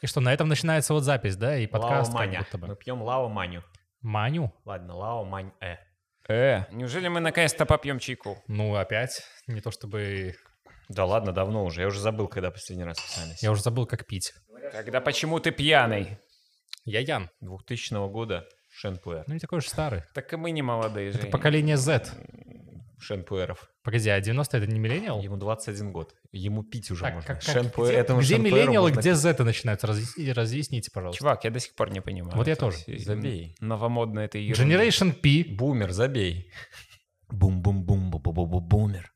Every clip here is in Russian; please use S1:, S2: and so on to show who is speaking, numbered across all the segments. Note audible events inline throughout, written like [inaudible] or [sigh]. S1: И что, на этом начинается вот запись, да, и подкаст как
S2: Лао-маня.
S1: будто
S2: Мы
S1: бы.
S2: пьем лао-маню.
S1: Маню?
S2: Ладно, лао-мань-э.
S3: Э, неужели мы наконец-то попьем чайку?
S1: Ну, опять. Не то чтобы...
S2: Да ладно, давно уже. Я уже забыл, когда последний раз писались.
S1: Я уже забыл, как пить.
S3: Тогда почему ты пьяный?
S1: Я Ян.
S2: 2000 года шенпуэр.
S1: Ну, не такой уж старый.
S3: Так и мы не молодые, Женя.
S1: Поколение Z.
S2: Шенпуэров.
S1: Погоди, а 90 это не миллениал?
S2: Ему 21 год. Ему пить уже
S1: Так,
S2: можно.
S1: как- как-
S2: Шенпуэ-
S1: где-
S2: этому
S1: Где
S2: шенпуэру
S1: миллениалы,
S2: можно-
S1: где Z начинаются? Разъясни- Разъясните, пожалуйста.
S3: Чувак, я до сих пор не понимаю.
S1: Вот я
S3: То
S1: тоже.
S3: есть, э,
S2: Забей.
S3: Новомодно это ерунда.
S1: Generation P.
S2: Бумер, забей. Бум-бум-бум, бу-бу-бу-бумер.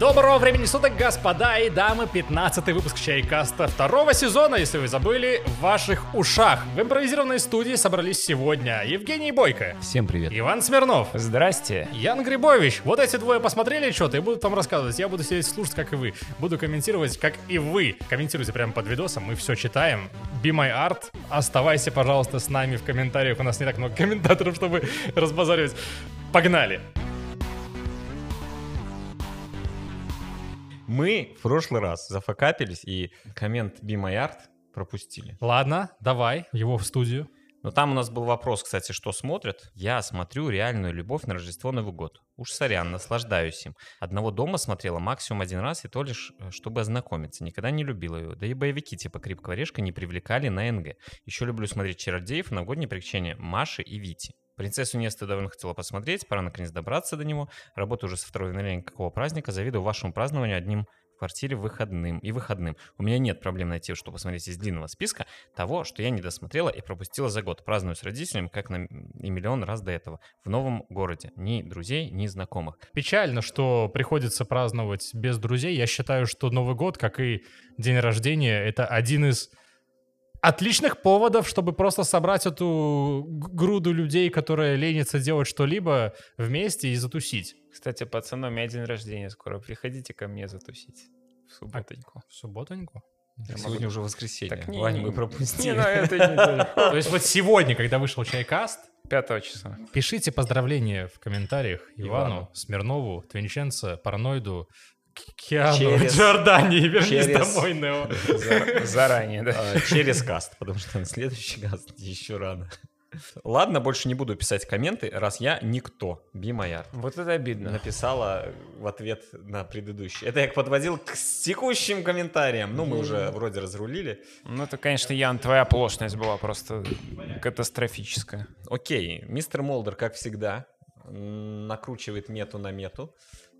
S1: Доброго времени суток, господа и дамы. 15 выпуск Чайкаста второго сезона, если вы забыли, в ваших ушах. В импровизированной студии собрались сегодня Евгений Бойко,
S4: Всем привет.
S1: Иван Смирнов,
S3: Здрасте.
S1: Ян Грибович, вот эти двое посмотрели что-то и будут там рассказывать. Я буду сидеть слушать, как и вы. Буду комментировать, как и вы. Комментируйте прямо под видосом, мы все читаем. Be my art. Оставайся, пожалуйста, с нами в комментариях. У нас не так много комментаторов, чтобы [laughs] разбазаривать. Погнали!
S2: Мы в прошлый раз зафакапились и коммент Be My Art пропустили.
S1: Ладно, давай его в студию.
S2: Но там у нас был вопрос, кстати, что смотрят. Я смотрю «Реальную любовь» на Рождество Новый год. Уж сорян, наслаждаюсь им. Одного дома смотрела максимум один раз, и то лишь, э, чтобы ознакомиться. Никогда не любила его. Да и боевики типа «Крепкого орешка» не привлекали на НГ. Еще люблю смотреть «Чародеев» и «Новогоднее приключение» Маши и Вити. «Принцессу Несту» давно хотела посмотреть, пора наконец добраться до него. Работаю уже со второй января, никакого праздника. Завидую вашему празднованию одним в квартире выходным и выходным. У меня нет проблем найти, что посмотреть из длинного списка того, что я не досмотрела и пропустила за год. Праздную с родителями, как на м- и миллион раз до этого. В новом городе. Ни друзей, ни знакомых.
S1: Печально, что приходится праздновать без друзей. Я считаю, что Новый год, как и день рождения, это один из отличных поводов, чтобы просто собрать эту г- груду людей, которые ленятся делать что-либо вместе и затусить.
S3: Кстати, пацаны, у меня день рождения скоро. Приходите ко мне затусить в субботоньку.
S1: В субботоньку?
S3: Я могу-
S2: Сегодня уже воскресенье.
S3: Так не-
S2: Вань,
S3: не-
S2: мы пропустили. [laughs]
S3: Не, на этой неделе.
S1: То есть вот сегодня, когда вышел Чайкаст,
S3: Пятого числа.
S1: пишите поздравления в комментариях Ивану,
S3: Ивану.
S1: Смирнову, Твинченце, Параноиду, К- Киану,
S2: Через-
S1: Джордани, [laughs] вернись
S2: через-
S1: домой, Нео.
S3: Зар- Заранее, да.
S2: А, Через каст, потому что на следующий каст [laughs] еще рано. Ладно, больше не буду писать комменты, раз я никто. Би Майар.
S3: Вот это обидно.
S2: Написала в ответ на предыдущий. Это я подводил к с- текущим комментариям. Ну, мы уже вроде разрулили.
S3: Ну, это, конечно, Ян, твоя оплошность была просто катастрофическая.
S2: Окей, мистер Молдер, как всегда, м, накручивает мету на мету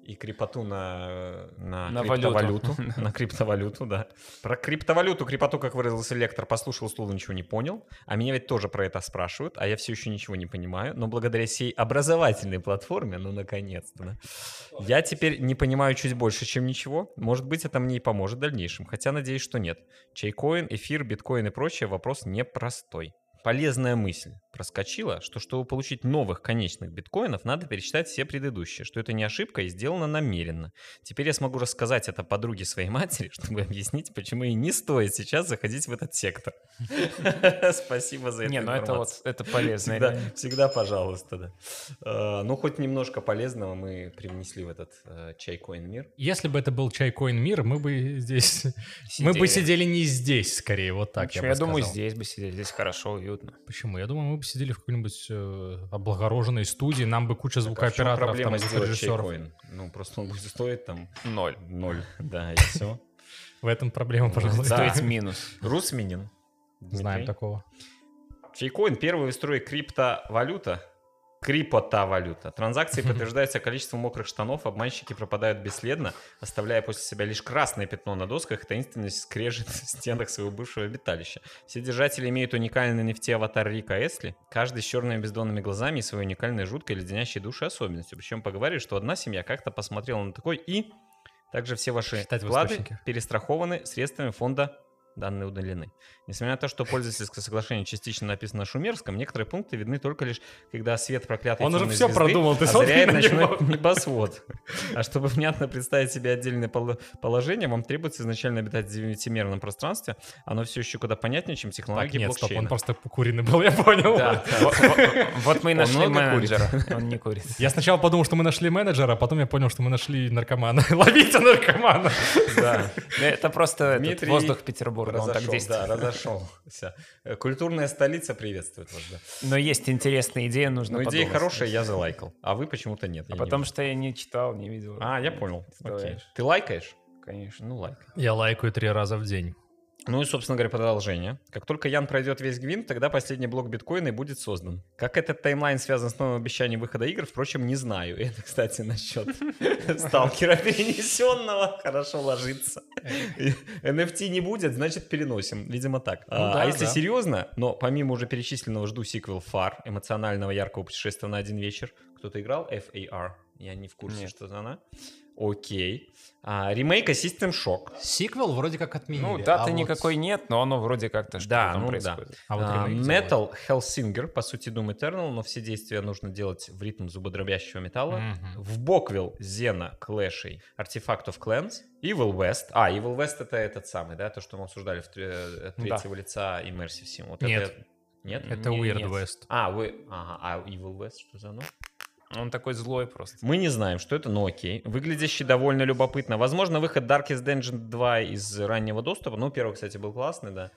S2: и крепоту на, на,
S3: На
S2: криптовалюту. [laughs] На криптовалюту, да. Про криптовалюту, крепоту, как выразился лектор, послушал слово, ничего не понял. А меня ведь тоже про это спрашивают, а я все еще ничего не понимаю. Но благодаря сей образовательной платформе, ну, наконец-то, да, я теперь не понимаю чуть больше, чем ничего. Может быть, это мне и поможет в дальнейшем. Хотя надеюсь, что нет. Чайкоин, эфир, биткоин и прочее вопрос непростой. Полезная мысль проскочила, что чтобы получить новых конечных биткоинов, надо пересчитать все предыдущие, что это не ошибка и сделано намеренно. Теперь я смогу рассказать это подруге своей матери, [laughs] чтобы объяснить, почему ей не стоит сейчас заходить в этот сектор. [laughs] Спасибо за это.
S3: Не, ну это вот это полезно.
S2: Всегда,
S3: реально.
S2: всегда пожалуйста, да. Э, Ну, хоть немножко полезного мы привнесли в этот э, чайкоин мир.
S1: Если бы это был Чайкоин Мир, мы бы здесь... Мы бы сидели не здесь, скорее, вот так
S3: Чё,
S1: я бы
S3: я думаю,
S1: сказал.
S3: здесь бы сидели, здесь хорошо, уютно.
S1: Почему? Я думаю, мы бы сидели в какой-нибудь э, облагороженной студии, нам бы куча
S2: Так, а в чём
S1: звукооператоров,
S2: проблема
S1: там,
S2: сделать
S1: звукорежиссеров.
S2: чайкоин? Ну, просто он будет стоить там
S3: [laughs] Ноль.
S2: ноль, [laughs] да, и все.
S1: В этом проблема, пожалуй.
S2: Да.
S3: Стоит
S2: [laughs]
S3: минус.
S2: Русминин.
S1: Знаем
S2: Дмитрий.
S1: такого.
S2: Чайкоин первый в истории криптовалюта. Крипотовалюта. Транзакции подтверждаются количеством мокрых штанов, обманщики пропадают бесследно, оставляя после себя лишь красное пятно на досках и таинственность скрежет в стенах своего бывшего обиталища. Все держатели имеют уникальный NFT-аватар Рика Эсли, каждый с черными бездонными глазами и своей уникальной жуткой леденящей души особенностью. Причем поговорили, что одна семья как-то посмотрела на такой и... Также все ваши
S1: Читать в
S2: вклады
S1: источнике.
S2: перестрахованы средствами фонда Данные удалены. Несмотря на то, что пользовательское соглашение частично написано на шумерском, некоторые пункты видны только лишь, когда свет проклятой
S1: Он уже
S2: темной
S1: всё
S2: звезды
S1: продумал, ты смотри
S2: озаряет
S1: на него.
S2: ночной небосвод. А чтобы внятно представить себе отдельное поло- положение, вам требуется изначально обитать в девятимерном пространстве. Оно все еще куда понятнее, чем
S1: Так,
S2: технологии
S1: нет, стоп, он
S2: Ну, блокчейна.
S1: просто покуриный был, [laughs] я понял.
S2: Да,
S3: Вот- вот- Вот мы и
S2: Он
S3: нашли
S2: много курит?
S3: менеджера. [laughs] Он не курит.
S1: Я сначала подумал, что мы нашли менеджера, а потом я понял, что мы нашли наркомана. [laughs] Ловите наркомана!
S2: да.
S3: Ну, Это просто этот
S2: Дмитрий
S3: воздух Петербурга, он
S2: Разошел,
S3: так
S2: да,
S3: действует.
S2: разошелся. Э, Культурная столица приветствует вас, да.
S3: Но есть интересная идея, нужно
S2: Но идея
S3: подумать.
S2: хорошая, Ну, я залайкал. А вы почему-то нет.
S3: А
S2: я не
S3: потому
S2: вижу.
S3: что я не читал, не видел.
S2: А, я понял. Окей.
S3: Представляешь.
S2: Ты лайкаешь?
S3: Конечно.
S2: Ну, лайк.
S1: Я лайкаю три раза в день.
S2: Ну и, собственно говоря, продолжение. Как только Ян пройдет весь гвинт, тогда последний блок биткоина и будет создан. Как этот таймлайн связан с новым обещанием выхода игр, впрочем, не знаю. [laughs] Это,
S1: [laughs]
S2: кстати, насчет сталкера перенесенного. Хорошо ложится. [laughs] NFT не будет, значит, переносим. Видимо, так. А
S1: Ну да,
S2: а если
S1: да.
S2: серьезно, но помимо уже перечисленного жду сиквел Фар, эмоционального яркого путешествия на один вечер. Кто-то играл FAR? Я не в курсе,
S3: Нет.
S2: что это она. Окей. А, Ремейка System Shock.
S1: Сиквел вроде как отменили.
S3: Ну,
S2: а
S3: даты никакой нет, но оно вроде как-то что-то
S2: Да,
S3: там
S2: ну да.
S3: происходит.
S1: А вот
S2: А,
S1: ремейк
S2: Metal Hellsinger, по сути Doom Eternal, но все действия нужно делать в ритм зубодробящего металла.
S1: Мгм.
S2: В Боквилл, Зена, Клэшей, Artifact of Clans, Evil West. А, Evil West это этот самый, да, то, что мы обсуждали в тре- э, от
S3: Да.
S2: третьего лица Immersive Sim. Вот
S1: Нет.
S2: это- Нет?
S1: Это
S3: Не,
S1: Weird
S3: нет.
S1: West.
S2: А, вы... Ага, а Evil West что за оно?
S3: Он такой злой просто.
S2: Мы не знаем, что это, но окей. Выглядящий довольно любопытно. Возможно, выход Darkest Dungeon 2 из раннего доступа. Ну, первый, кстати, был классный, да.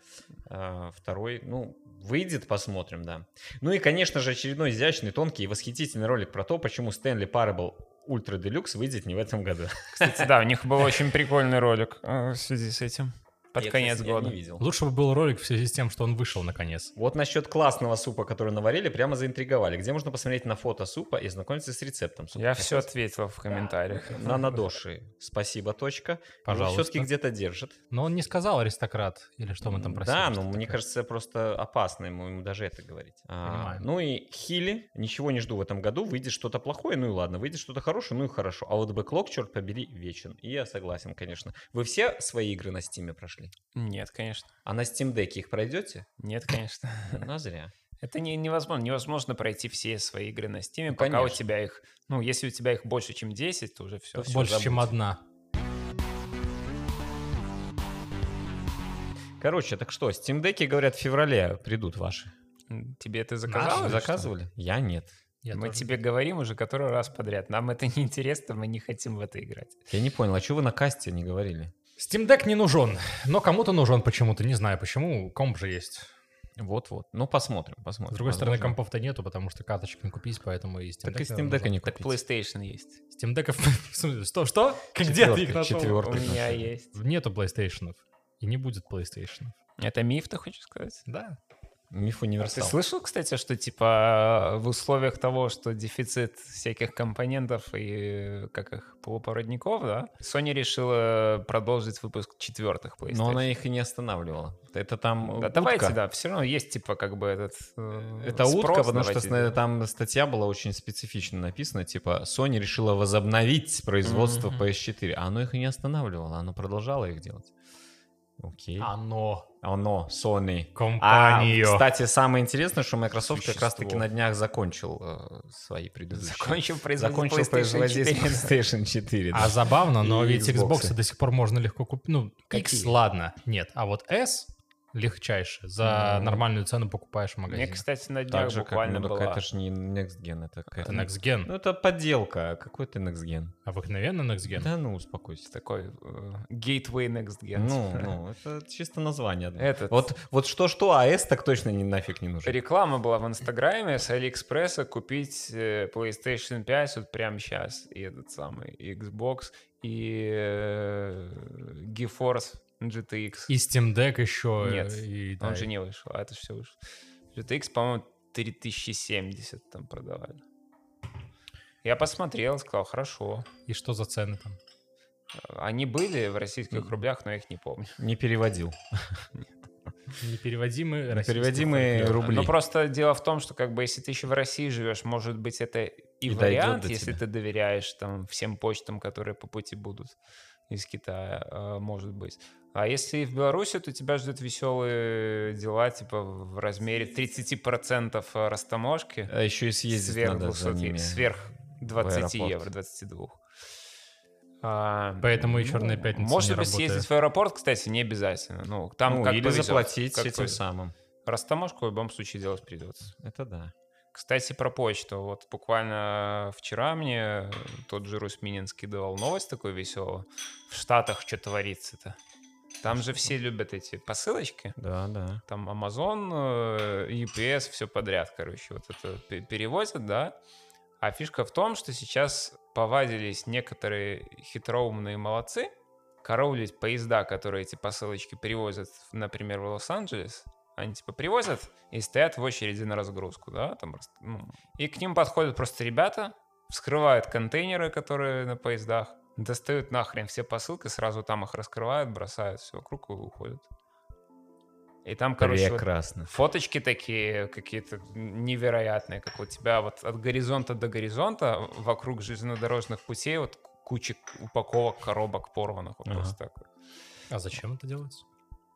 S2: А, Второй, ну, выйдет, посмотрим, да. Ну и, конечно же, очередной изящный, тонкий и восхитительный ролик про то, почему Стэнли Parable Ультра Делюкс выйдет не в этом году.
S3: Кстати, да, у них был очень прикольный ролик э, в связи с этим. [laughs] Под
S2: Я,
S3: конец
S2: кстати, я
S3: года.
S2: не видел.
S1: Лучше бы был ролик в связи с тем, что он вышел наконец.
S2: Вот насчет классного супа, который наварили, прямо заинтриговали. Где можно посмотреть на фото супа и знакомиться с рецептом супа?
S3: Я все ответил в комментариях.
S2: Нанодоши. Спасибо, точка.
S1: Пожалуйста.
S2: Все-таки где-то держит.
S1: Но он не сказал аристократ или что мы там просили.
S2: Да,
S1: что
S2: но
S1: такое.
S2: мне кажется, просто опасно ему, ему даже это говорить. А,
S1: Понимаю.
S2: ну и Хили, ничего не жду в этом году, выйдет что-то плохое, ну и ладно, выйдет что-то хорошее, ну и хорошо. А вот бэклог, черт побери, вечен. И я согласен, конечно. Вы все свои игры на стиме прошли?
S3: Нет, конечно.
S2: А на Steam Deck их
S1: [laughs]
S2: пройдете?
S3: Нет, конечно.
S2: На зря.
S3: Это не, невозможно. Невозможно пройти все свои игры на Steam,
S2: Ну,
S3: пока у
S2: конечно.
S3: тебя их... Ну, если у тебя их больше, чем 10, то уже все.
S2: То всё,
S1: Больше, чем
S2: забудь.
S1: одна.
S2: Короче, так что, Steam Deck, говорят, в феврале придут ваши.
S3: Тебе это
S1: Наши
S3: заказалось?
S1: или
S2: Заказывали? Я нет.
S1: Я
S3: мы
S1: тоже.
S3: тебе говорим уже который раз подряд. Нам это [laughs] не интересно, мы не хотим в это играть.
S2: Я не понял, а что вы на касте не говорили?
S1: Steam Deck не нужен, но кому-то нужен почему-то, не знаю почему, комп же есть.
S2: Вот-вот. Ну, посмотрим,
S1: С
S2: посмотрим.
S1: другой стороны,
S2: Возможно.
S1: компов-то нету, потому что карточек не купить, поэтому и Steam
S2: Так и
S1: Deck'а
S2: Steam Deck'а
S1: нужен.
S2: не
S3: Так
S2: купить.
S3: PlayStation есть.
S1: Steam Deck'ов, в [laughs] смысле, что, что? Где ты их
S2: Четвёрка,
S1: нашел?
S2: четвёрка.
S3: У меня есть.
S1: Нету PlayStation'ов. И не будет PlayStation'ов.
S3: Это миф, ты хочешь сказать?
S1: Да. А
S2: Миф
S3: Ты
S2: универсал.
S3: слышал, кстати, что типа в условиях того, что дефицит всяких компонентов и э, как их полупроводников, да, Sony решила продолжить выпуск четвертых PlayStation.
S2: Но она их и не останавливала. Это там э,
S3: Да,
S2: утка.
S3: давайте, да, все равно есть типа как бы этот э,
S2: Это утка,
S3: спрос,
S2: потому что
S3: давайте,
S2: сна- там статья была очень специфично написана, типа Sony решила возобновить производство
S1: Мгм.
S2: PS4, а оно их и не останавливало, оно продолжало их делать. Окей.
S3: А.
S1: Оно.
S2: Оно, Sony. А,
S1: Компанию.
S2: кстати, самое интересное, что Microsoft как раз-таки
S1: Существо.
S2: на днях закончил э, свои предыдущие.
S3: [laughs]
S2: [laughs]
S3: Закончил
S2: Закончил
S3: производство PlayStation
S2: производить [laughs]
S3: [laughs] 4.
S2: PlayStation 4. да.
S1: А забавно, но
S2: И
S1: ведь
S2: Xbox'ы.
S1: Xbox до сих пор можно легко купить. Ну, X,
S2: Какие?
S1: ладно, нет. А вот S легчайше. За
S2: М.
S1: нормальную цену покупаешь в
S3: Мне,
S1: магазине.
S3: кстати, на днях
S2: Так же, как,
S3: буквально
S2: ну, так
S3: была.
S2: это же не Next Gen, это
S1: Это
S2: какая-то...
S1: Next Gen.
S2: Ну, это подделка. Какой ты Next Gen?
S1: Обыкновенный Next Gen.
S2: Да ну, успокойся.
S3: такой э, Gateway Next Gen. [laughs]
S2: Ну, ну, это чисто название. одно.
S3: Этот.
S2: Вот, вот что-что, а S так точно не, нафиг не нужен.
S3: Реклама была в Инстаграме с Алиэкспресса купить э, PlayStation 5 вот прямо сейчас. И этот самый и Xbox, и э, GeForce GTX.
S1: И Steam Deck еще.
S3: Нет,
S1: и,
S3: Он
S1: да,
S3: же не вышел, а это все вышло. GTX, по-моему, 3070 там продавали. Я посмотрел, сказал, хорошо.
S1: и что за цены там?
S3: Они были в российских рублях, но я их не помню.
S2: Не переводил.
S1: Непереводимые А российские
S2: Непереводимые
S1: фольклоры.
S2: рубли.
S3: Ну просто дело в том, что как бы если ты еще в России живешь, может быть это и,
S2: И дойдет
S3: вариант,
S2: до
S3: если
S2: тебя.
S3: ты доверяешь там всем почтам, которые по пути будут. из Китая, э, может быть. А если и в Беларуси, то тебя ждут веселые дела, типа в размере 30% растаможки.
S2: А еще и съездить
S3: сверх,
S2: надо за
S3: 200
S2: ними.
S3: сверх 20
S2: аэропорт.
S3: евро, 22. А,
S1: Поэтому и
S3: ну,
S1: «Черная пятница»
S3: Может
S1: не
S3: быть,
S1: работает.
S3: съездить в аэропорт, кстати, не обязательно. Ну, там
S2: Ну,
S3: как
S2: или
S3: повезет,
S2: заплатить
S3: как
S2: этим
S3: повезет.
S2: самым.
S3: Растаможку в любом случае делать придется.
S2: Это да.
S3: Кстати, про почту. Вот буквально вчера мне тот же Русминин скидывал новость такую веселую. В Штатах что творится-то? Там же все любят эти посылочки.
S2: Да, да.
S3: Там Amazon, э, UPS, все подряд, короче. Вот это пе- перевозят, да? А фишка в том, что сейчас повадились некоторые хитроумные молодцы караулить поезда, которые эти посылочки привозят, например, в Лос-Анджелес. Они типа привозят и стоят в очереди на разгрузку, да, там просто, ну. И к ним подходят просто ребята, вскрывают контейнеры, которые на поездах, достают нахрен все посылки, сразу там их раскрывают, бросают все вокруг и уходят. И там, короче, вот
S2: Прекрасно.
S3: Фоточки такие какие-то невероятные, как у тебя вот от горизонта до горизонта вокруг железнодорожных путей вот куча упаковок, коробок порванных. Вот
S2: Ага.
S3: просто так вот.
S1: А зачем это делать?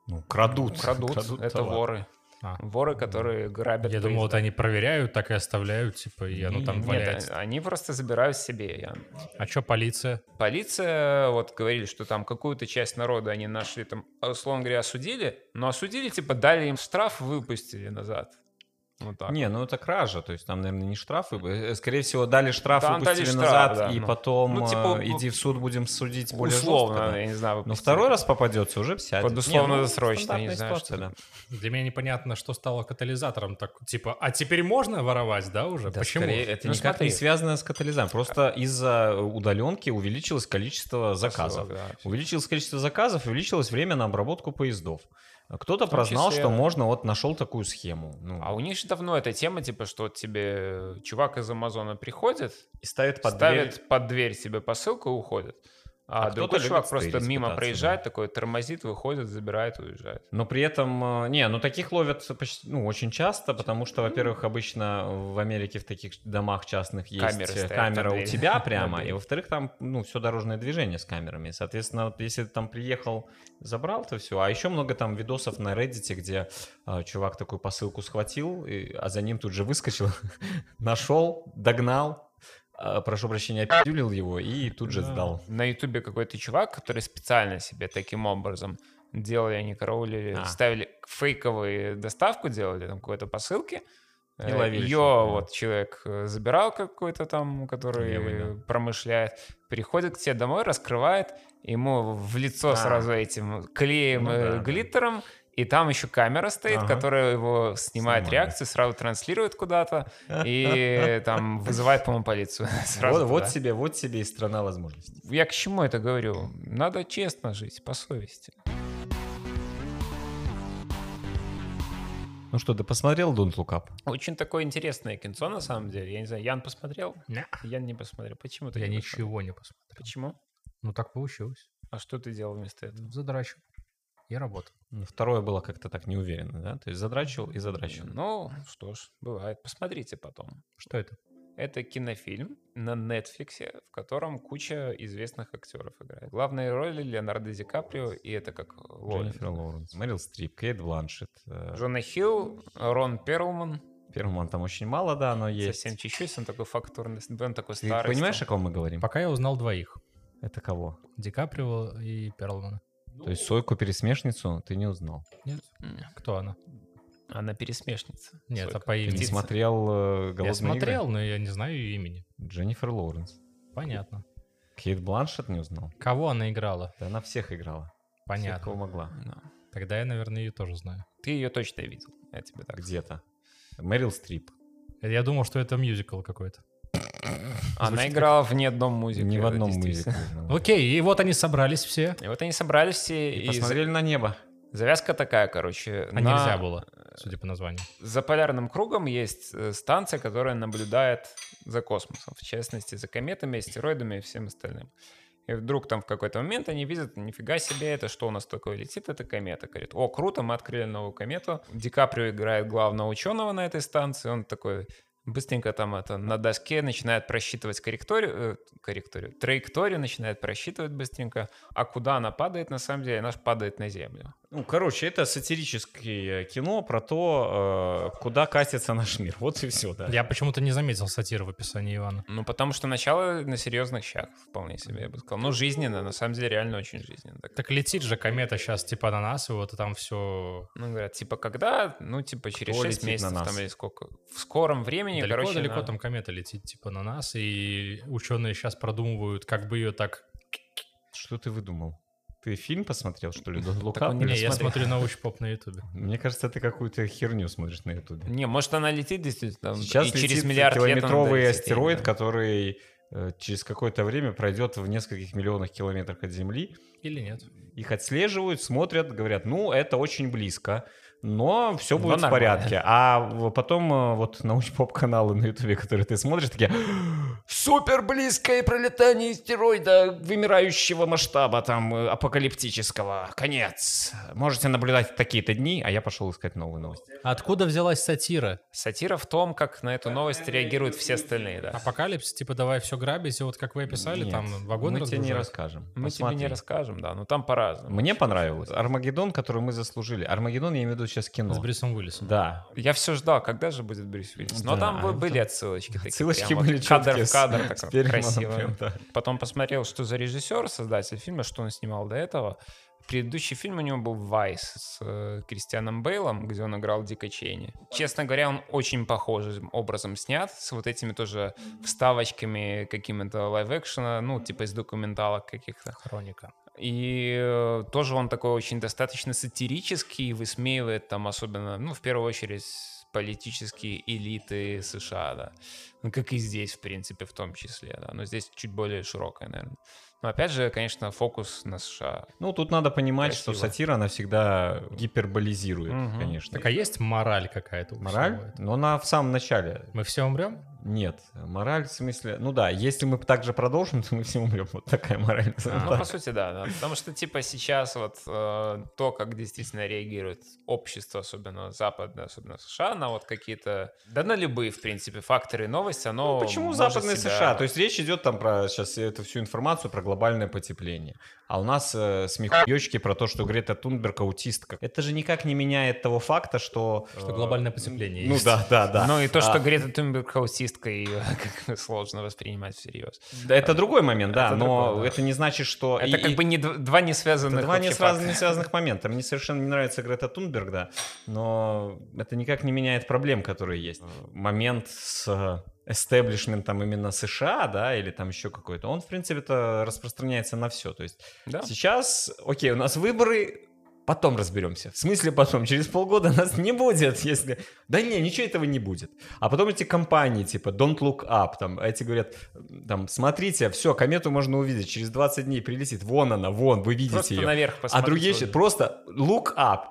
S2: Ну, крадут.
S3: Крадут. Это
S2: товар.
S3: воры.
S1: А.
S3: Воры, которые грабят
S1: Я думал, вот
S3: поезда.
S1: они проверяют, так и оставляют, типа, и оно там
S2: Нет,
S1: валяется.
S3: Нет, а- они просто забирают себе. я-
S1: А что полиция?
S3: Полиция, вот говорили, что там какую-то часть народа они нашли, там, а, условно говоря, осудили, но осудили, типа, дали им штраф, выпустили назад. Вот так.
S2: Не, ну это кража, то есть там, наверное, не штрафы. бы. Э, Скорее всего, дали штраф,
S3: Там дали
S2: выпустили
S3: штраф,
S2: назад,
S3: да,
S2: и
S3: ну.
S2: потом
S3: Ну, типа,
S2: э, иди в суд, будем судить более
S3: Условно,
S2: жестко, да.
S3: я не знаю.
S2: Но
S3: выпустили.
S2: второй раз попадется, уже сядет.
S3: Под условно
S2: Не, ну,
S3: досрочно, я не
S2: стандартная
S3: знаю,
S2: ситуация,
S3: что
S2: да.
S1: Для меня непонятно, что стало катализатором. Так, типа, а теперь можно воровать, да, уже?
S2: Да,
S1: Почему?
S2: скорее, это
S3: Ну,
S2: никак
S3: смотри.
S2: не связано с катализатором. Просто из-за удаленки увеличилось количество заказов.
S3: Посылок, да.
S2: Увеличилось количество заказов, увеличилось время на обработку поездов. Кто-то
S3: том
S2: прознал,
S3: числе-
S2: что можно, вот нашел такую схему. Ну,
S3: А у них же давно эта тема, типа, что вот тебе э, чувак из Амазона приходит,
S2: и ставит под
S3: ставит
S2: дверь.
S3: под дверь тебе посылку и уходит.
S2: А
S3: А,
S2: кто-то
S3: другой
S2: любит
S3: чувак просто
S2: стырить,
S3: мимо
S2: пытаться,
S3: проезжает, такой тормозит, выходит, забирает, уезжает.
S2: Но при этом, э, не, ну таких ловят почти, ну, очень часто, потому что, во-первых, обычно в Америке в таких домах частных есть
S3: Камеры
S2: э,
S3: стоят
S2: камера
S3: на
S2: у
S3: двери. [laughs]
S2: тебя
S3: На
S2: прямо, и
S3: двери.
S2: во-вторых, там, ну, все дорожное движение с камерами. Соответственно, вот если ты там приехал, забрал, то все. А еще много там видосов на Reddit, где э, чувак такую посылку схватил, и- а за ним тут же выскочил, [laughs] нашел, догнал, э, прошу прощения, опиздюлил его и тут же
S1: Да.
S2: сдал.
S3: На ютубе какой-то чувак, который специально себе таким образом делали, они караулили,
S2: А.
S3: ставили фейковые доставку, делали там какой-то посылки.
S2: И
S3: Э,
S2: ловили
S3: Ее
S2: чувака, да.
S3: вот человек э, забирал какой-то там, который
S2: Левый,
S3: э, промышляет, приходит к тебе домой, раскрывает, ему в лицо
S2: А.
S3: сразу этим клеем,
S2: Ну
S3: э,
S2: да, да.
S3: глиттером, и там еще камера стоит,
S2: Ага.
S3: которая его снимает
S2: Снимает.
S3: реакцию, сразу
S2: [laughs]
S3: транслирует куда-то и там вызывает, по-моему, полицию. [laughs] Сразу
S2: Вот, вот
S3: туда.
S2: тебе, вот тебе и страна возможностей.
S3: Я к чему это говорю? Надо честно жить, по совести.
S2: Ну что, ты посмотрел Don't Look Up?
S3: Очень такое интересное кинцо, на самом деле. Я не знаю, Ян посмотрел?
S1: Не.
S3: Ян не посмотрел. Почему ты
S1: Я
S3: не посмотрел?
S1: ничего не посмотрел.
S3: Почему?
S1: Ну, так получилось.
S3: А что ты делал вместо этого?
S1: Задрачу. Я работал.
S2: Ну, Второе было как-то так неуверенно, да? То есть задрачивал и задрачивал.
S3: Ну, что ж, бывает. Посмотрите потом.
S1: Что это?
S3: Это кинофильм на Netflix, в котором куча известных актеров играет. Главные роли Леонардо Ди Каприо, и это как Лоли.
S2: Дженнифер Лоуренс, Мэрил Стрип, Кейт Бланшет. э,
S3: Джона Хилл, Рон Перлман.
S2: Перлман там очень мало, да, но есть.
S3: Совсем чуть-чуть, он такой фактурный, он такой
S2: Ты
S3: старый.
S2: понимаешь, о
S3: стал.
S2: ком мы говорим?
S1: Пока я узнал двоих.
S2: Это кого?
S1: Ди Каприо и Перлмана.
S2: То есть Сойку-пересмешницу ты не узнал.
S1: Нет?
S3: М,
S1: Кто она?
S3: Она пересмешница.
S1: Нет,
S3: Сойка.
S1: а по
S2: Ты
S1: имени.
S2: не
S3: Птица.
S2: смотрел э, «Голодные
S1: Я смотрел,
S2: игры»?
S1: но я не знаю ее имени.
S2: Дженнифер Лоуренс.
S1: Понятно.
S2: Кейт Бланшет не узнал.
S1: Кого она играла?
S2: Да она всех играла. Всех, кого
S1: Понятно.
S2: могла.
S3: Да.
S1: Тогда я, наверное, ее тоже знаю.
S3: Ты ее точно видел. Я тебе так.
S2: Где-то. Мэрил Стрип.
S1: Я думал, что это мюзикл какой-то.
S3: Она играла в ни одном музыке.
S2: Ни в одном мюзикле.
S3: музыке.
S2: ну.
S1: Окей, и вот они собрались все.
S3: И вот они собрались все,
S2: И
S3: и,
S2: посмотрели на небо.
S3: за- завязка такая, короче.
S1: А нельзя было, судя по названию.
S3: За полярным кругом есть э, станция, которая наблюдает за космосом, в частности, за кометами, астероидами и всем остальным. И вдруг там в какой-то момент они видят, нифига себе, это что у нас такое летит, это комета. Говорит, о, круто, мы открыли новую комету. Ди Каприо играет главного ученого на этой станции, он такой быстренько там это на доске начинает просчитывать корректорию, э, корректорию, траекторию начинает просчитывать быстренько, а куда она падает, на самом деле, она же падает на землю.
S2: Ну, короче, это сатирическое кино про то, э, куда катится наш мир. [laughs] Вот и все, да.
S1: Я почему-то не заметил сатиры в описании Ивана.
S3: Ну, потому что начало на серьезных щах, вполне себе, я бы сказал. Ну, жизненно, на самом деле, реально очень жизненно. Так,
S1: Так летит же комета сейчас типа на нас, и вот там все...
S3: ну, говорят, типа, когда? Ну, типа, через
S2: Кто летит
S3: 6
S2: на
S3: месяцев
S2: нас?
S3: там или сколько? В скором времени, короче,
S1: Далеко-далеко
S3: на-
S1: там комета летит типа на нас, и ученые сейчас продумывают, как бы ее так...
S2: Что ты выдумал? Ты фильм посмотрел, что ли?
S3: Так
S2: Лука?
S3: он
S1: Не, я
S3: смотри.
S1: смотрю научпоп на ютубе.
S2: Мне кажется, ты какую-то херню смотришь на Ютубе.
S3: Не, может, она летит действительно. там,
S2: Сейчас
S3: и через
S2: летит
S3: миллиард лет она
S2: километровый
S3: долетит, я не
S2: астероид,
S3: знаю.
S2: который э, через какое-то время пройдет в нескольких миллионах километрах от Земли.
S1: Или нет?
S2: Их отслеживают, смотрят, говорят, ну, это очень близко, но все
S3: Но
S2: будет в
S3: нормально.
S2: порядке. А в- потом э, вот научпоп-каналы на Ютубе, которые ты смотришь, такие, супер близкое пролетание стероида вымирающего масштаба, там, э, апокалиптического, конец. Можете наблюдать в такие-то дни, а я пошел искать новые новости.
S1: Откуда взялась сатира?
S3: Сатира в том, как на эту новость реагируют все остальные,
S2: А,
S3: да.
S1: Апокалипсис, типа давай все грабить, и вот как вы описали,
S2: Нет,
S1: там вагоны
S2: мы тебе не
S1: разгружают.
S2: расскажем.
S3: Мы тебе не
S2: Посмотри.
S3: расскажем, да, но там по-разному.
S2: Мне понравилось. Армагеддон, который мы заслужили. Армагеддон, я имею в виду сейчас кино.
S1: С Брюсом Уиллисом.
S2: Да.
S3: Я все ждал, когда же будет Брюс Уиллис. Но
S2: Да,
S3: там бы-
S2: это-
S3: были отсылочки. такие,
S2: Отсылочки
S3: прям вот
S2: были
S3: Кадр
S2: чёткие,
S3: в кадр,
S2: с
S3: так вот
S2: Перельманом
S3: красиво.
S2: прям, да.
S3: Потом посмотрел, что за режиссер, создатель фильма, что он снимал до этого. Предыдущий фильм у него был «Вайс» с э, Кристианом Бейлом, где он играл Дика Чейни. Честно говоря, он очень похожим образом снят, с вот этими тоже вставочками какими-то лайв-экшена, ну, типа из документалок каких-то.
S1: Хроника.
S3: И э, тоже он такой очень достаточно сатирический, высмеивает там особенно, ну, в первую очередь, политические элиты США, да. Ну, как и здесь, в принципе, в том числе, да. Но здесь чуть более широкая, наверное. Но опять же, конечно, фокус на США.
S2: Ну, тут надо понимать, что
S3: Красиво.
S2: сатира, она всегда гиперболизирует,
S3: Мгм.
S2: конечно.
S1: Так а есть мораль какая-то? у всего
S2: Мораль?
S1: этого?
S2: Но она в самом начале.
S1: Мы все умрем?
S2: Нет. Мораль в смысле... Ну да, если мы так же продолжим, то мы все умрем. Вот такая мораль.
S3: Ну,
S2: Да.
S3: по сути, да, да. Потому что, типа, сейчас вот э, то, как действительно реагирует общество, особенно западное, особенно США, на вот какие-то, да на любые, в принципе, факторы и новости, оно...
S2: Ну, почему
S3: может
S2: западные
S3: себя-
S2: США? То есть речь идет там про сейчас эту всю информацию про глобальное потепление. А у нас э, смехуёчки про то, что Грета Тунберг аутистка. Это же никак не меняет того факта, что...
S1: Что
S2: э,
S1: глобальное потепление
S2: Ну
S1: есть.
S2: да, да, да.
S3: Ну и то, что
S2: А,
S3: Грета Тунберг аутистка, и [laughs] как бы сложно воспринимать всерьез.
S2: да, это другой момент, да,
S3: Это
S2: но
S3: другое, да.
S2: это не значит, что...
S3: Это
S2: и-
S3: как
S2: и-
S3: бы не, дв- два не
S2: Это
S3: связанных
S2: два не,
S3: вообще
S2: сразу не
S3: факта.
S2: связанных момента. Мне совершенно не нравится Грета Тунберг, да, но это никак не меняет проблем, которые есть. Момент с эстеблишментом именно США, да, или там еще какой-то, он, в принципе, это распространяется на все. То есть
S3: Да?
S2: сейчас, окей, у нас выборы, потом разберемся. В смысле потом? Через полгода [laughs] нас не будет, если... Да не, ничего этого не будет. А потом эти компании, типа Don't Look Up, там, эти говорят, там, смотрите, все, комету можно увидеть, через 20 дней прилетит, вон она, вон, вы видите
S3: Просто
S2: ее.
S3: наверх посмотрите.
S2: А другие
S3: вот.
S2: щи- просто look up.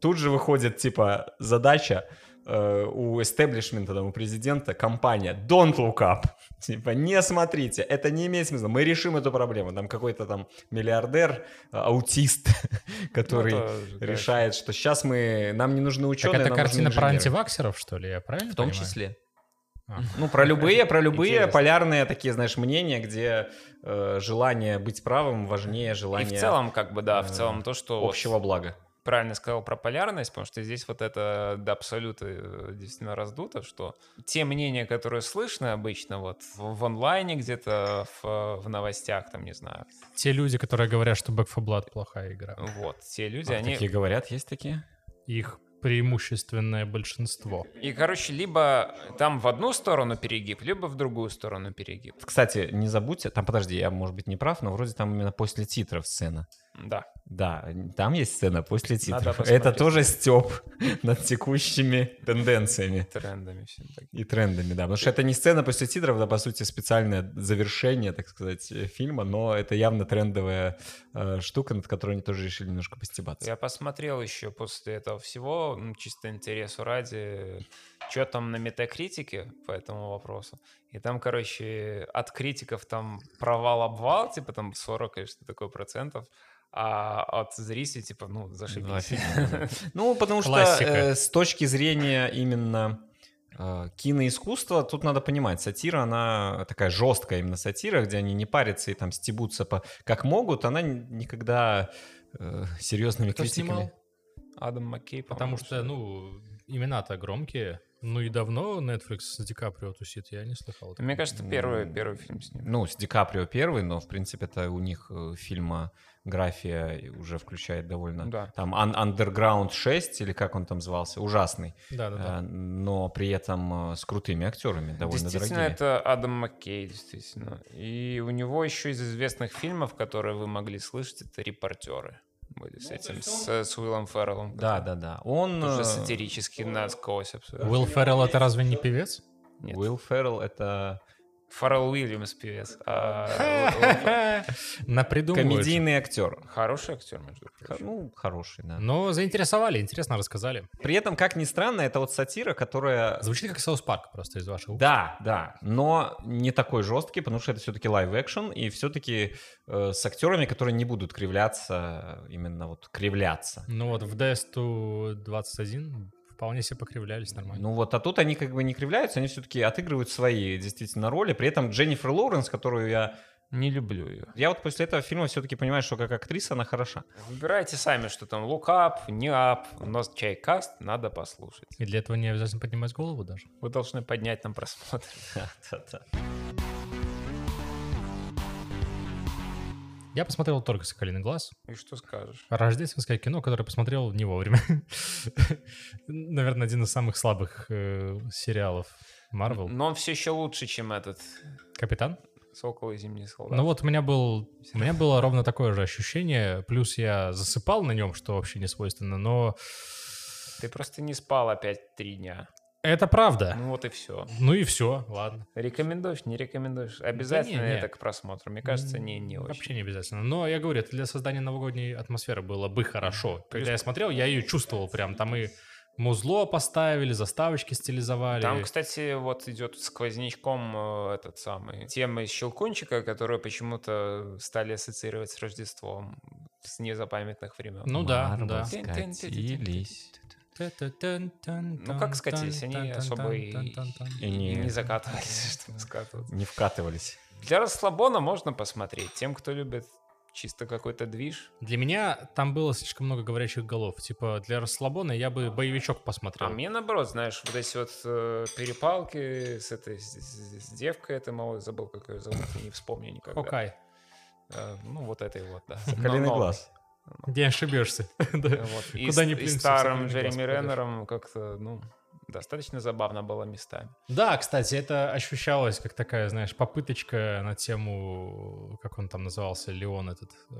S2: Тут же выходит, типа, задача э, у эстеблишмента, там, у президента, компания don't look up. [laughs] Типа, не смотрите, это не имеет смысла. Мы решим эту проблему. Там какой-то там миллиардер, э, аутист, [laughs]
S3: Ну,
S2: который
S3: это, конечно.
S2: решает, что сейчас мы, нам не нужны
S1: Так
S2: ученые,
S1: это
S2: нам нужны
S1: картина про
S2: инженеры».
S1: антиваксеров, что ли? Я правильно
S2: В том
S1: понимаю?
S2: числе.
S1: А.
S2: Ну, про любые, про любые
S3: Э, Интересно.
S2: полярные такие, знаешь, мнения, где э, желание быть правым важнее
S3: И
S2: желания
S3: в целом, как бы, да, в
S2: э,
S3: целом то, что вот
S2: общего блага.
S3: правильно сказал про полярность, потому что здесь вот это до абсолюта э, действительно раздуто, что те мнения, которые слышны обычно вот в, в онлайне где-то, в, в новостях, там, не знаю,
S1: Те люди, которые говорят, что Back 4 Blood плохая игра.
S3: вот, те люди,
S2: А
S3: они...
S2: Такие говорят, есть такие?
S1: Их преимущественное большинство.
S3: И, короче, либо там в одну сторону перегиб, либо в другую сторону перегиб.
S2: Кстати, не забудьте, там, подожди, я, может быть, не прав, но вроде там именно после титров сцена.
S3: Да.
S2: Да, там есть сцена после
S3: Надо
S2: титров.
S3: посмотреть.
S2: Это тоже степ [laughs] над текущими тенденциями
S3: Трендами всем так.
S2: и трендами, да. Потому что это не сцена после титров, это, по сути, специальное завершение, так сказать, э, фильма, но это явно трендовая э, штука, над которой они тоже решили немножко постебаться.
S3: Я посмотрел еще после этого всего, ну, чисто интересу ради, что там на метакритике по этому вопросу. И там, короче, от критиков там провал-обвал, типа там 40 или что такое процентов, а от зрителей, типа, ну, зашибись.
S2: [laughs] Ну, потому что
S1: Классика.
S2: э, с точки зрения именно Э, Киноискусство, тут надо понимать, сатира, она такая жесткая именно сатира, где они не парятся и там стебутся по, как могут, она н- никогда э, серьезными
S3: Кто
S2: критиками.
S3: снимал? [laughs] Адам Маккей,
S1: Потому что, ну, имена-то громкие. Ну и давно Netflix с Ди Каприо тусит, я не слыхал.
S3: Мне кажется, первый, первый фильм с ним.
S2: Ну, с Ди Каприо первый, но, в принципе, это у них э, фильмография и уже включает довольно...
S3: Да.
S2: Там Ан- Underground 6, или как он там звался, ужасный,
S1: Да, да,
S2: э,
S1: да.
S2: но при этом э, с крутыми актерами, довольно
S3: действительно,
S2: дорогими.
S3: это Адам Маккей, действительно. И у него еще из известных фильмов, которые вы могли слышать, это «Репортеры» были с этим, с, с Уиллом Ферреллом.
S2: Да, да, да. Он...
S3: Тоже
S2: э,
S3: сатирически насквозь
S2: А.
S3: абсолютно.
S1: Уилл Феррелл это разве не певец?
S3: Нет.
S2: Уилл Феррелл — это
S3: Фаррелл Уильямс певец. а Уилл Феррелл-
S1: Напридумывают. же.
S2: комедийный актер.
S3: Хороший актер, между
S2: Хо-
S3: прочим.
S2: Ну, хороший, да.
S1: Но заинтересовали, интересно рассказали.
S2: При этом, как ни странно, это вот сатира, которая...
S1: Звучит как Саус Парк просто из вашего уха.
S2: Да, да, но не такой жесткий, потому что это все-таки лайв-экшен, и все-таки э, с актерами, которые не будут кривляться, э, именно вот кривляться.
S1: Ну вот в DS-21 вполне себе покривлялись нормально.
S2: Ну вот, а тут они как бы не кривляются, они все-таки отыгрывают свои действительно роли. При этом Дженнифер Лоуренс, которую я...
S3: Не люблю ее.
S2: Я вот после этого фильма все-таки понимаю, что как актриса она
S3: [laughs]
S2: хороша.
S3: Выбирайте сами, что там лукап, не ап, у нас чайкаст, надо послушать.
S1: И для этого не обязательно поднимать голову даже.
S3: Вы должны поднять нам просмотр.
S2: Да-да-да.
S1: Я посмотрел только «Соколиный глаз».
S3: И что скажешь?
S1: Рождественское кино, которое посмотрел не вовремя. [laughs] Наверное, один из самых слабых э, сериалов Марвел.
S3: Но он все еще лучше, чем этот
S1: Капитан.
S3: «Сокол и зимний солдат».
S1: Ну вот у меня был, у меня было ровно такое же ощущение. Плюс я засыпал на нем, что вообще не свойственно. Но
S3: Ты просто не спал опять три дня.
S1: это правда.
S3: Ну вот и все.
S1: Ну и все, ладно.
S3: Рекомендуешь, не рекомендуешь? Обязательно
S1: не, не.
S3: это к просмотру? Мне кажется, не, не очень.
S1: Вообще не обязательно. Но я говорю, это для создания новогодней атмосферы было бы хорошо. Когда я смотрел, я ее чувствовал прям. Там и музло поставили, заставочки стилизовали.
S3: Там, кстати, вот идет сквознячком э, этот самый тема из щелкунчика, которую почему-то стали ассоциировать с Рождеством с незапамятных времен.
S1: Ну да,
S2: Марвел
S1: да.
S2: скатились.
S3: Ну, как скатились, они особо и, и
S2: И
S3: не...
S2: не-
S3: закатывались, чтобы скатываться.
S2: Не вкатывались.
S3: Для расслабона можно посмотреть. Тем, кто любит чисто какой-то движ.
S1: Для меня там было слишком много говорящих голов. Типа для расслабона я бы боевичок
S3: А
S1: посмотрел.
S3: мне наоборот, знаешь, вот эти вот э, перепалки с этой с, с- с девкой, этой малой, забыл, как ее зовут, не вспомню никогда.
S1: Хокай,
S3: Э, ну, вот этой вот, да.
S2: Калиный
S3: Но
S1: ну,
S3: новой.
S2: глаз.
S1: не ошибешься. [laughs] Да.
S3: Э, вот. И,
S1: Куда
S3: с-
S1: ни
S3: и
S1: плюнься,
S3: старым
S1: всё-таки
S3: Джереми
S1: глаз попадёшь.
S3: Реннером как-то, ну, достаточно забавно было местами.
S1: Да, кстати, это ощущалось как такая, знаешь, попыточка на тему, как он там назывался, Леон этот. э,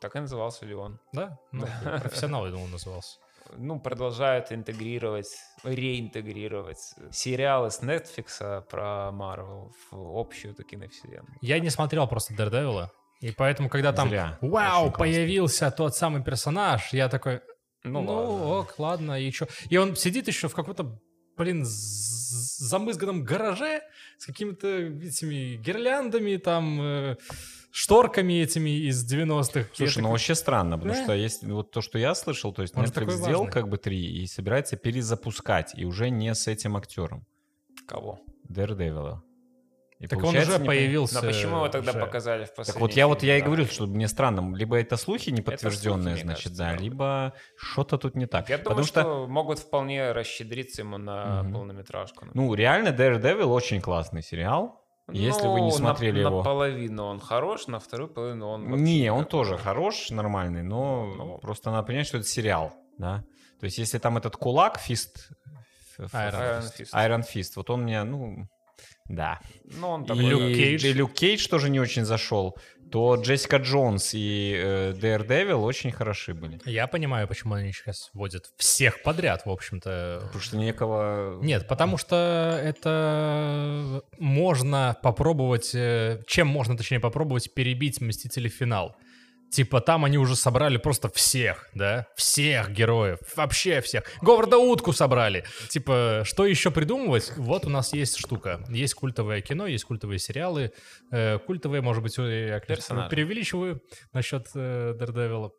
S3: Так и назывался ли он.
S1: Да? Ну, профессионал, я думал, назывался.
S3: Ну, продолжают интегрировать, реинтегрировать сериалы с Netflix про Marvel в общую эту киновселенную.
S1: Я не смотрел просто Дардевила, и поэтому, когда а там
S2: Зря.
S1: «Вау,
S2: Очень классно.
S1: появился тот самый персонаж», я такой
S3: Ну,
S1: Ну,
S3: ладно.
S1: ок, ладно, и чё? И он сидит еще в каком-то, блин, з- замызганном гараже с какими-то этими гирляндами, там, э, шторками этими из 90-х.
S2: Слушай,
S1: Я
S2: ну
S1: такой,
S2: вообще странно, потому
S1: «Да».
S2: что есть вот то, что я слышал, то есть
S1: Он же
S2: Netflix
S1: такой
S2: сделал
S1: важный.
S2: как бы три и собирается перезапускать, и уже не с этим актером,
S3: Кого?
S2: Daredevil. И
S1: Так он
S2: получается,
S1: уже
S2: не пон-
S1: появился.
S3: Но почему его тогда
S1: уже.
S3: показали в
S2: Так
S3: последнем?
S2: вот я вот я и
S3: фильме,
S2: говорю,
S3: да?
S2: что мне странно, либо это слухи неподтвержденные,
S3: слухи, мне
S2: значит,
S3: кажется,
S2: да,
S3: правда.
S2: либо что-то тут не так.
S3: Я
S2: Потому
S3: думаю,
S2: что,
S3: что... могут вполне расщедриться ему на
S2: Мгм.
S3: полнометражку.
S2: ну, реально Daredevil очень классный сериал. если вы не
S3: Ну, на-
S2: смотрели его.
S3: Наполовину он хорош, на вторую половину он... вообще
S2: Не, он
S3: никакой.
S2: тоже хорош, нормальный, но
S3: Ну.
S2: просто надо понимать, что это сериал, да. То есть если там этот кулак, фист... ф- ф-
S1: Iron
S3: Fist.
S2: Fist. Iron Fist, вот он меня, ну, да.
S3: Ну, он
S2: И
S3: такой... [laughs]
S1: Люк Кейдж.
S2: и Люк Кейдж тоже не очень зашел, то Джессика Джонс и э, Дэвил очень хороши были.
S1: Я понимаю, почему они сейчас вводят всех подряд, в общем-то.
S2: Потому что некого...
S1: Нет, потому что это можно попробовать, э, чем можно, точнее, попробовать перебить Мстители финал. Типа там они уже собрали просто всех, да? Всех героев, вообще всех. Говарда Утку собрали. Типа, что еще придумывать? Вот у нас есть штука. Есть культовое кино, есть культовые сериалы. э, культовые, может быть, я конечно,
S3: Персонажи.
S1: преувеличиваю насчет э, Daredevil.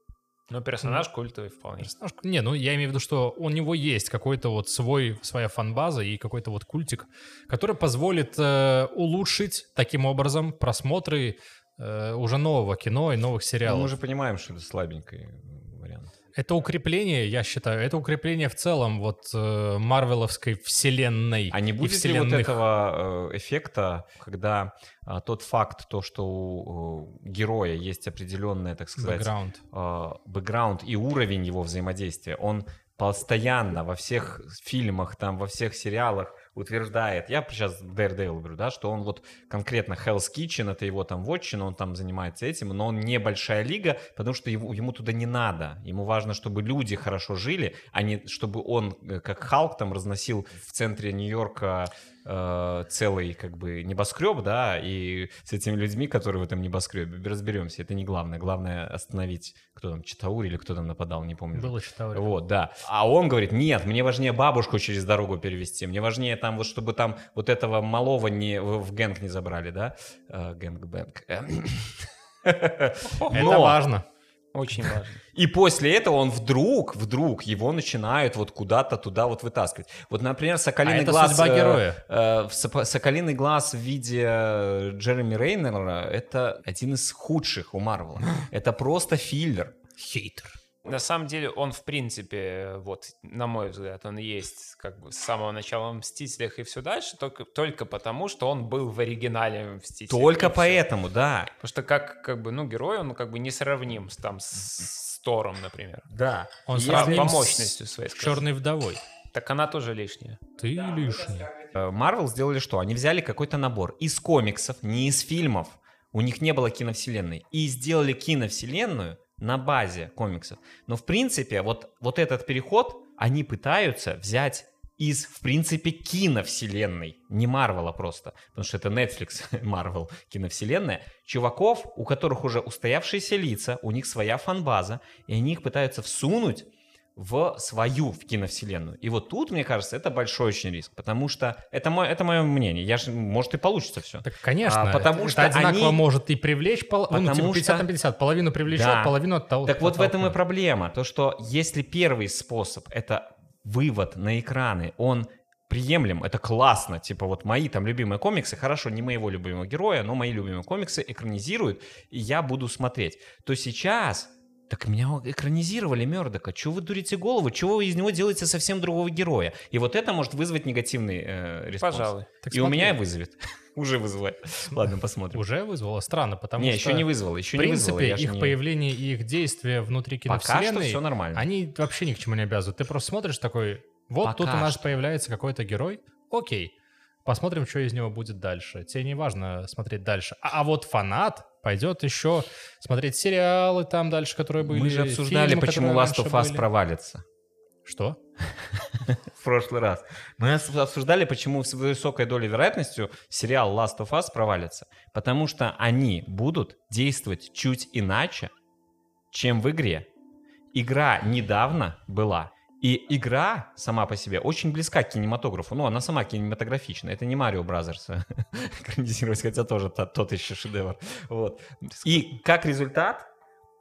S3: Но ну, персонаж культовый вполне.
S1: Персонаж- Не, ну я имею в виду, что у него есть какой-то вот свой, своя фанбаза и какой-то вот культик, который позволит э, улучшить таким образом просмотры э, уже нового кино и новых
S2: Ну,
S1: сериалов.
S2: мы же понимаем, что это слабенький вариант.
S1: Это укрепление, я считаю, это укрепление в целом вот э, марвеловской вселенной
S2: А не
S1: и
S2: будет ли вот
S1: вселенных.
S2: этого э, эффекта, когда а, тот факт, то, что у э, героя есть определенная, так сказать,
S1: бэкграунд?
S2: а, бэкграунд и уровень его взаимодействия, он постоянно во всех фильмах, там, во всех сериалах утверждает, я сейчас Daredevil говорю, да, что он вот конкретно Hell's Kitchen, это его там вотчина, он там занимается этим, но он не большая лига, потому что его- ему туда не надо. Ему важно, чтобы люди хорошо жили, а не чтобы он, э, как Халк, там разносил в центре Нью-Йорка э, целый как бы небоскреб, да, и с этими людьми, которые в этом небоскребе, разберемся, это не главное. Главное остановить, кто там, Читаури или кто там нападал, не помню.
S1: Было читал.
S2: Вот, да. А он говорит, нет, мне важнее бабушку через дорогу перевести, мне важнее там вот, чтобы там вот этого малого не, в, в гэнг не забрали, да? Э, Гэнг-бэнг.
S1: Это
S2: Но-
S1: важно.
S3: Очень важно.
S2: [laughs] И после этого он вдруг, вдруг его начинают вот куда-то туда вот вытаскивать. Вот, например,
S1: А
S2: «Соколиный
S1: это
S2: глаз»
S1: судьба
S2: э,
S1: героя.
S2: Э, в сопо- «Соколиный глаз» в виде э, Джереми Рейнера — это один из худших у Марвела.
S1: [gasps]
S2: Это просто филлер.
S1: Хейтер.
S3: На самом деле он, в принципе, вот, на мой взгляд, он есть как бы с самого начала в «Мстителях» и все дальше, только, только потому, что он был в оригинале «Мстителях».
S2: Только
S3: и всё.
S2: поэтому, да.
S3: Потому что как, как бы, ну, герой, он как бы не сравним с, там, с, с Тором, например.
S2: Да.
S1: Он
S3: По-
S1: сравним
S3: по
S1: с
S3: мощности своей. скажем.
S1: Черной вдовой.
S3: Так она тоже лишняя.
S1: Ты лишний.
S2: Марвел Э, сделали что? Они взяли какой-то набор из комиксов, не из фильмов. У них не было киновселенной. И сделали киновселенную на базе комиксов. Но, в принципе, вот, вот этот переход они пытаются взять из, в принципе, киновселенной. Не Марвела просто, потому что это Netflix, [laughs] Марвел, киновселенная. Чуваков, у которых уже устоявшиеся лица, у них своя фанбаза, и они их пытаются всунуть в свою в киновселенную. И вот тут, мне кажется, это большой очень риск, потому что это мое, это мое мнение. Я же, может, и получится все.
S1: Так, конечно.
S2: А, потому
S1: это
S2: что
S1: одинаково
S2: они-
S1: может и привлечь, пол... ну,
S2: Потому
S1: типа
S2: что-
S1: 50 на 50. Половину привлечет,
S2: Да.
S1: половину оттол...
S2: Так вот в этом и
S1: оттолкнет.
S2: проблема, то что если первый способ это вывод на экраны, он приемлем, это классно, типа вот мои там любимые комиксы, хорошо, не моего любимого героя, но мои любимые комиксы экранизируют, и я буду смотреть, то сейчас так меня экранизировали Мердока. Чего вы дурите голову? Чего вы из него делаете совсем другого героя? И вот это может вызвать негативный э, респонс.
S3: Пожалуй.
S1: Так
S2: и у
S1: смотри,
S2: меня вызовет. [laughs] Уже вызывает. Ладно, посмотрим.
S1: Уже вызвало? Странно, потому
S2: не,
S1: что...
S2: еще не вызвало. Еще
S1: В
S2: не вызвало.
S1: принципе,
S2: я же
S1: их
S2: не-
S1: появление и их действия внутри
S2: Пока что
S1: киновселенной,
S2: все нормально.
S1: они вообще ни к чему не обязывают. Ты просто смотришь такой, вот
S2: Пока
S1: тут у нас
S2: что.
S1: появляется какой-то герой, окей, посмотрим, что из него будет дальше. Тебе не важно смотреть дальше. А, а вот фанат пойдет еще смотреть сериалы там дальше, которые были.
S2: Мы же обсуждали,
S1: фильмы,
S2: почему
S1: которые
S2: Last of Us
S1: раньше были.
S2: провалится
S1: Что?
S2: [laughs] в прошлый раз. Мы ос- обсуждали, почему с высокой долей вероятностью сериал Last of Us провалится. Потому что они будут действовать чуть иначе, чем в игре. Игра недавно была. И игра сама по себе очень близка к кинематографу. Ну, она сама кинематографична. Это не Марио Бразерс [laughs] экранизировать, хотя тоже та- тот еще шедевр. Вот. И как результат,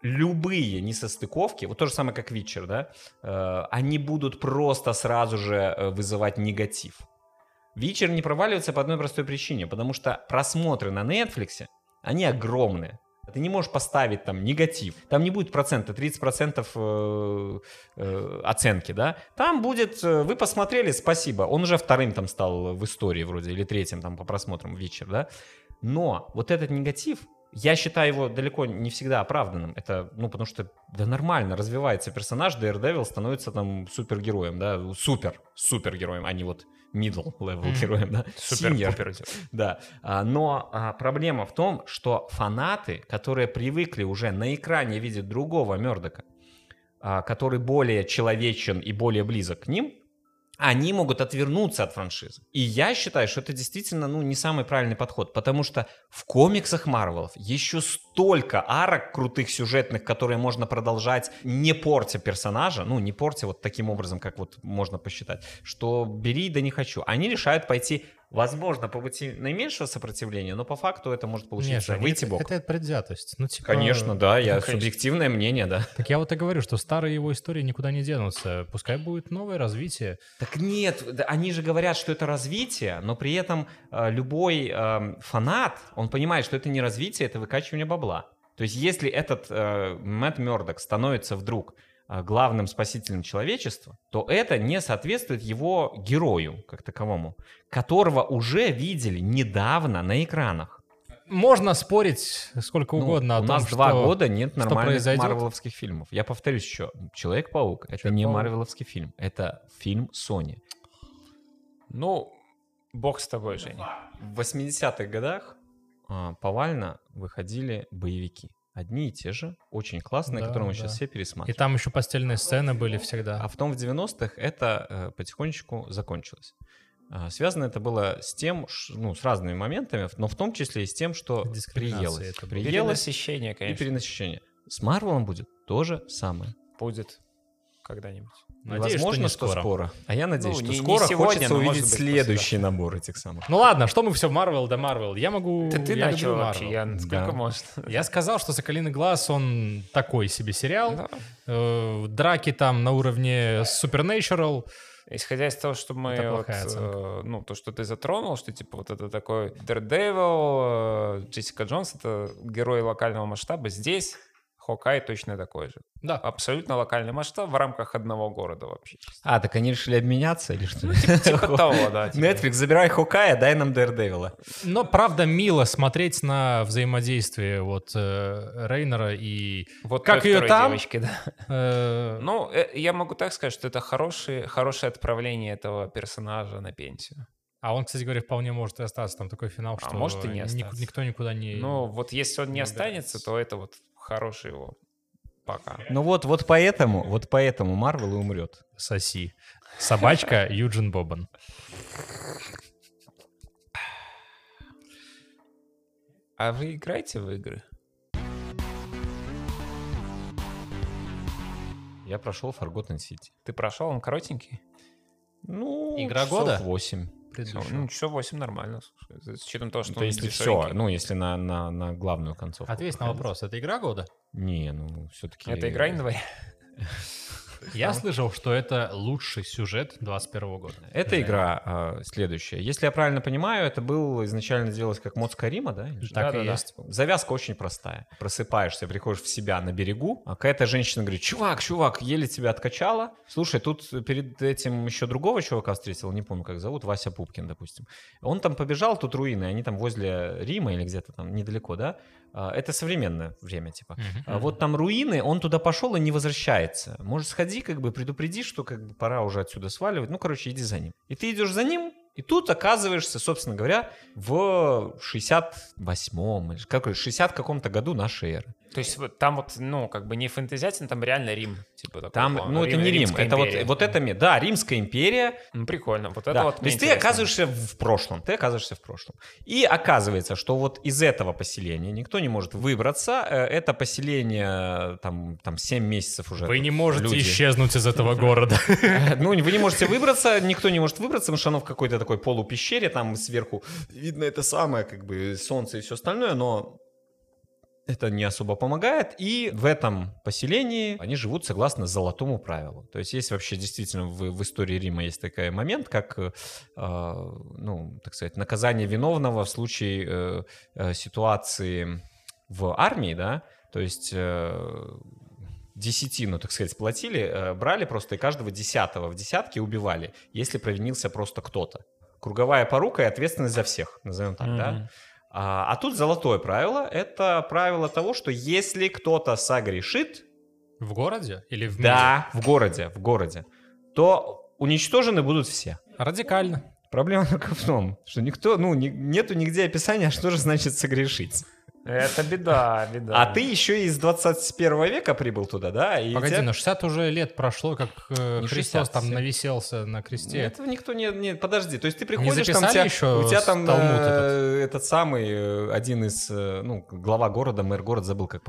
S2: любые несостыковки, вот то же самое, как Витчер, да, э, они будут просто сразу же э, вызывать негатив. Вичер не проваливается по одной простой причине, потому что просмотры на Netflix, они огромные. Ты не можешь поставить там негатив. Там не будет процента, 30% э, э, оценки, да? Там будет, э, вы посмотрели, спасибо. Он уже вторым там стал в истории вроде, или третьим там по просмотрам вечер, да? Но вот этот негатив, я считаю его далеко не всегда оправданным. Это, ну, потому что, да нормально, развивается персонаж, Daredevil становится там супергероем, да, супер, супергероем, а не вот middle level
S1: Мгм.
S2: героем, да. Senior.
S3: Супер-пупер.
S2: [laughs] Да, А, но а, проблема в том, что фанаты, которые привыкли уже на экране видеть другого Мердока, а, который более человечен и более близок к ним, они могут отвернуться от франшизы. И я считаю, что это действительно ну, не самый правильный подход, потому что в комиксах Марвелов еще столько арок крутых сюжетных, которые можно продолжать, не портя персонажа, ну, не портя вот таким образом, как вот можно посчитать, что бери, да не хочу. Они решают пойти Возможно, по пути наименьшего сопротивления, но по факту это может получиться
S1: Жень, это-
S2: выйти бок.
S1: Это, предвзятость. Ну, типа,
S2: Конечно, да, я
S1: ну, конечно.
S2: субъективное мнение, да.
S1: Так я вот и говорю, что старые его истории никуда не денутся. Пускай будет новое развитие.
S2: Так нет, да они же говорят, что это развитие, но при этом э, любой эм, фанат, он понимает, что это не развитие, это выкачивание бабла. То есть если этот э, Мэтт Мёрдок становится вдруг э, главным спасителем человечества, то это не соответствует его герою как таковому, которого уже видели недавно на экранах.
S1: Можно спорить сколько
S2: Ну,
S1: угодно о
S2: у
S1: том,
S2: нас
S1: что...
S2: два года нет
S1: что
S2: нормальных
S1: произойдет.
S2: марвеловских фильмов. Я повторюсь еще, Человек-паук это не
S1: Человек-паук.
S2: марвеловский фильм, это фильм Sony.
S3: Ну, бог с тобой, Женя.
S2: В 80-х годах а, повально выходили боевики. Одни и те же, очень классные,
S1: Да,
S2: которые мы
S1: да.
S2: сейчас все
S1: И
S2: пересматриваем.
S1: там еще постельные сцены были всегда.
S2: А потом в 90-х это э, потихонечку закончилось. А, Связано это было с тем, ш- ну, с разными моментами, но в том числе и с тем, что
S1: Дискриминация
S2: приелось.
S1: это было.
S2: Приелось
S3: Перенасыщение,
S2: и
S3: конечно,
S2: перенасыщение. С Марвелом будет то же самое.
S3: будет когда-нибудь.
S1: Надеюсь,
S2: Возможно,
S1: что
S2: что,
S1: не
S2: скоро.
S1: скоро.
S2: А я надеюсь,
S3: Ну,
S2: что
S3: не- не
S2: скоро
S3: сегодня,
S2: хочется
S3: но, может
S2: увидеть
S3: быть,
S2: следующий набор этих самых.
S1: Ну ладно, что мы все Марвел да Марвел. Я могу...
S3: Это ты
S1: я люблю
S3: начал вообще,
S1: Marvel.
S3: Ян, сколько
S2: Да.
S3: можно?
S1: Я сказал, что «Соколиный глаз» он такой себе сериал.
S3: Да.
S1: Э, драки там на уровне Supernatural.
S3: Исходя из того, что мы...
S1: Это
S3: вот,
S1: плохая оценка.
S3: э, ну, то, что ты затронул, что типа вот это такой Daredevil, э, Джессика Джонс, это герой локального масштаба. Здесь Хокай точно такой же.
S1: Да.
S3: Абсолютно локальный масштаб в рамках одного города вообще.
S2: А, так они решили обменяться или что?
S3: Типа того, да. типа.
S2: Netflix, забирай Хукая, дай нам Дэрдевила.
S1: Но правда мило смотреть на взаимодействие вот э, Рейнера и
S3: Вот
S1: Как
S3: той
S1: её
S3: второй
S1: там?
S3: девочки, да.
S1: э,
S3: Ну, э, я могу так сказать, что это хороший, хорошее отправление этого персонажа на пенсию.
S1: А он, кстати говоря, вполне может и остаться. Там такой финал,
S3: А
S1: что
S3: может и не
S1: ни-
S3: остаться.
S1: никто никуда не...
S3: Ну, вот если он не
S1: ну, да.
S3: останется, то это вот хороший его пока.
S2: Ну вот, вот поэтому, вот поэтому Марвел и умрет.
S1: Соси.
S3: [laughs]
S1: Собачка Юджин Бобан.
S3: А вы играете в игры?
S2: Я прошел Forgotten City.
S3: Ты прошел, он коротенький?
S2: Ну,
S1: Игра
S2: часов
S1: года?
S2: 8.
S3: Всё, ну, часов 8 нормально, слушай. С учетом того, что
S2: То
S3: он
S2: если все,
S3: дешевенький.
S2: ну, если на, на, на главную концовку.
S1: Ответь на
S2: проходить.
S1: вопрос. Это игра года?
S2: Не, ну, все-таки...
S3: Это игра января?
S1: Я слышал, что это лучший сюжет 21 года.
S2: Это игра а, следующая. Если я правильно понимаю, это был изначально делалось как мод Скарима, да? или что?
S1: Так и
S3: Да-да-да.
S1: есть.
S2: Завязка очень простая. Просыпаешься, приходишь в себя на берегу, а какая-то женщина говорит, чувак, чувак, еле тебя откачала. Слушай, тут перед этим еще другого чувака встретил, не помню, как зовут, Вася Пупкин, допустим. Он там побежал, тут руины, они там возле Рима или где-то там недалеко, да? А, Это современное время, типа.
S1: Мгм.
S2: А Вот там руины, он туда пошел и не возвращается. Может, сходи, как бы предупреди, что как бы пора уже отсюда сваливать. Ну, короче, иди за ним. И ты идешь за ним, и тут оказываешься, собственно говоря, в 68-м, или какой, 60 каком-то году нашей эры.
S3: [laughs] То есть вот там вот, ну, как бы не фэнтезиатин, там реально Рим. Типа такой
S2: Там,
S3: план.
S2: ну, это
S3: Рим-
S2: не Рим,
S3: Римская
S2: это вот,
S3: империя.
S2: вот это, ми- да, Римская империя,
S3: Ну, прикольно. Вот это
S2: Да.
S3: вот
S2: То
S3: мне
S2: есть ты
S3: интересно.
S2: оказываешься в прошлом, ты оказываешься в прошлом. И оказывается, что вот из этого поселения никто не может выбраться. Э, Это поселение э, там, там 7 месяцев уже.
S1: Вы
S2: тут
S1: не можете
S2: люди.
S1: исчезнуть из
S3: [laughs]
S1: этого города.
S2: [laughs] Ну, вы не можете выбраться, никто не может выбраться, потому что оно в какой-то такой полупещере, там сверху видно это самое, как бы солнце и все остальное, но это не особо помогает. И в этом поселении они живут согласно золотому правилу. То есть есть вообще действительно в, в истории Рима есть такой момент, как, э, э, ну, так сказать, наказание виновного в случае э, э, ситуации в армии, да, то есть э, десятину, так сказать, платили, э, брали просто и каждого десятого в десятке убивали, если провинился просто кто-то. Круговая порука и ответственность за всех, назовем так, да.
S3: Мгм.
S2: А, а тут золотое правило. Это правило того, что если кто-то согрешит,
S1: В городе или в мире?
S2: да, в городе, в городе, то уничтожены будут все.
S1: Радикально.
S2: Проблема только в том, что никто, ну, ни- нету нигде описания, что же значит согрешить.
S3: Это беда, беда.
S2: А ты еще из 21 века прибыл туда, да? И
S1: Погоди,
S2: тебя-
S1: но 60 уже лет прошло, как э,
S2: Не
S1: Христос
S2: 60,
S1: там
S2: семь.
S1: нависелся на кресте.
S2: Этого никто не... не- подожди, то есть ты приходишь, там
S1: записали
S2: тебя-
S1: еще
S2: у тебя там
S1: с Талмуд
S2: э, этот. самый, э, один из, э, ну, глава города, мэр города, забыл, как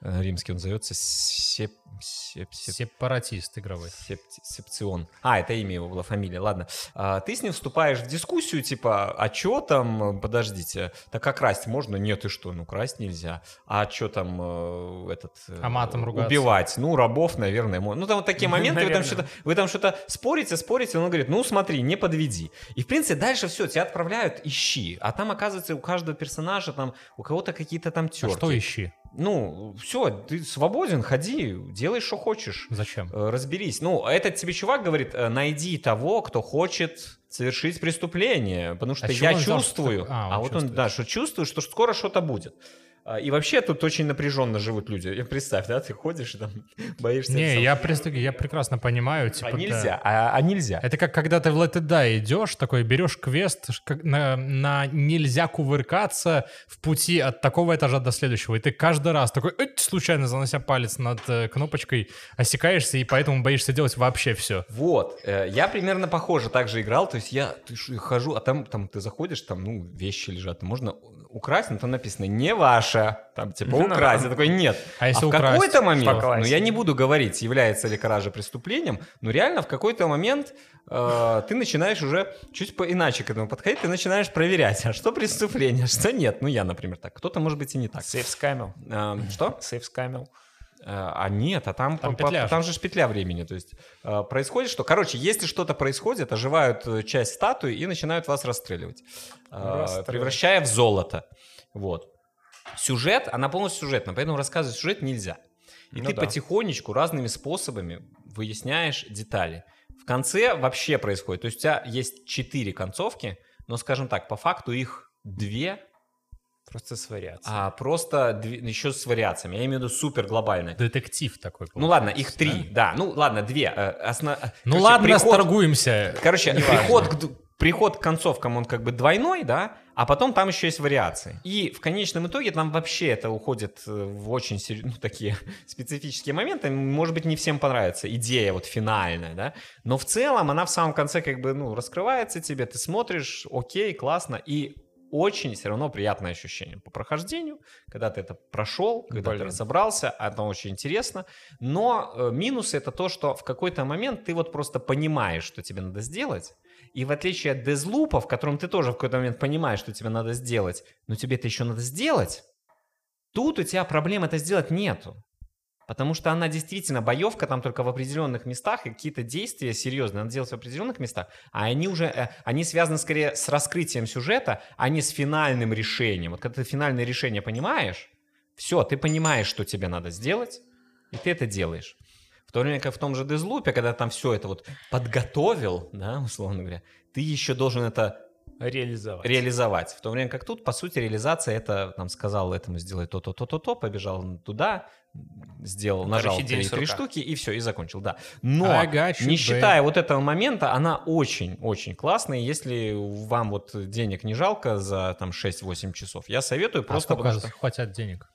S2: по-римски он зовется, Сеп... Сеп... Сеп-
S1: Сепаратист игровой. А
S2: Септи- Сепцион. А, это имя его была, фамилия, ладно. А, ты с ним вступаешь в дискуссию, типа, а чё там, э, подождите, так а красть можно? Нет, и что, ну красть нельзя. А чё там э, этот... э,
S1: А матом ругаться?
S2: Убивать, ну рабов, наверное, можно. Ну там
S1: [laughs]
S2: вот такие моменты, вы там
S3: Наверное.
S2: что-то вы там что-то спорите, спорите, он говорит, ну смотри, не подведи. И в принципе дальше все, тебя отправляют, ищи. А там оказывается у каждого персонажа там, у кого-то какие-то там
S1: А
S2: терки.
S1: что ищи?
S2: Ну, все, ты свободен, ходи, делай, что хочешь. [laughs]
S1: Зачем?
S2: Э, Разберись. Ну, этот тебе чувак говорит, э, найди того, кто хочет совершить преступление, потому что
S1: А чего
S2: я
S1: он знал, что
S2: чувствую,
S1: так- а, он
S2: а, вот он,
S1: чувствует.
S2: да, что чувствую, что скоро что-то будет. А, И вообще тут очень напряженно живут люди. И Представь, да, ты ходишь и там [laughs] боишься.
S1: Не,
S2: всего.
S1: я, преступ- я прекрасно понимаю, типа...
S2: А
S1: да.
S2: нельзя, а, а нельзя.
S1: Это как когда ты в Let It Die идешь, такой берешь квест ш- как на, на нельзя кувыркаться в пути от такого этажа до следующего. И ты каждый раз такой, «Эть», случайно занося палец над э, кнопочкой, осекаешься и поэтому боишься делать вообще все.
S2: Вот, э, я примерно похоже так же играл, то есть я ты ж- хожу, а там, там ты заходишь, там, ну, вещи лежат, можно украсть, но там написано «не ваше», там, типа,
S3: Ну
S2: «украсть»,
S3: да.
S2: я такой «нет».
S1: А если
S2: в
S1: украсть?
S2: какой-то момент,
S3: Что?
S2: ну, я не буду говорить, является ли кража преступлением, но реально в какой-то момент э, ты начинаешь уже чуть по- иначе к этому подходить, ты начинаешь проверять, а что преступление, а что нет. Ну, я, например, так, кто-то, может быть, и не так.
S3: Сейф скамил.
S2: Э, Что?
S3: Сейф скамил.
S2: Э, А нет, а там,
S1: Там
S2: по- по-
S1: петля же.
S2: там же ж петля времени. То есть э, происходит, что, короче, если что-то происходит, оживают э, часть статуи и начинают вас расстреливать, э,
S3: Расстреливать.
S2: превращая в золото. Вот. Сюжет, она полностью сюжетная, поэтому рассказывать сюжет нельзя. И
S3: Ну
S2: ты
S3: да.
S2: потихонечку разными способами выясняешь детали. В конце вообще происходит. То есть у тебя есть четыре концовки, но, скажем так, по факту их две,
S3: Просто с вариацией.
S2: а просто две- еще с вариациями. Я имею в виду супер глобальные.
S1: Детектив такой.
S2: Ну ладно, их три, да. Ну ладно, две. э, Осно...
S1: Ну
S2: короче,
S1: ладно,
S2: приход...
S1: сторгуемся.
S2: Короче, приход к, д- приход к концовкам, он как бы двойной, да, а потом там еще есть вариации. И в конечном итоге там вообще это уходит э, в очень сер- ну, такие [laughs] специфические моменты. Может быть, не всем понравится идея вот финальная, да, но в целом она в самом конце как бы, ну, раскрывается тебе, ты смотришь, окей, классно, и очень все равно приятное ощущение по прохождению, когда ты это прошел, когда ты
S3: Блин.
S2: разобрался, оно очень интересно, но э, минус это то, что в какой-то момент ты вот просто понимаешь, что тебе надо сделать, и в отличие от Дезлупа, в котором ты тоже в какой-то момент понимаешь, что тебе надо сделать, но тебе это еще надо сделать, тут у тебя проблем это сделать нету. Потому что она действительно боевка там только в определенных местах, и какие-то действия серьезные надо делать в определенных местах, а они уже, э, они связаны скорее с раскрытием сюжета, а не с финальным решением. Вот когда ты финальное решение понимаешь, все, ты понимаешь, что тебе надо сделать, и ты это делаешь. В то время как в том же Дезлупе, когда там все это вот подготовил, да, условно говоря, ты еще должен это
S3: Реализовать.
S2: А. реализовать. В то время как тут, по сути, реализация это, там, сказал этому сделай то-то, то-то, то, побежал туда, сделал, нажал
S3: Короче, день
S2: три, три
S3: сурка. А,
S2: штуки и все, и закончил, да. Но,
S1: I got you,
S2: не
S1: babe.
S2: считая вот этого момента, она очень-очень классная. Если вам вот денег не жалко за там 6-8 часов, я советую
S1: А
S2: просто...
S1: сколько
S2: потому что,
S1: хватит денег?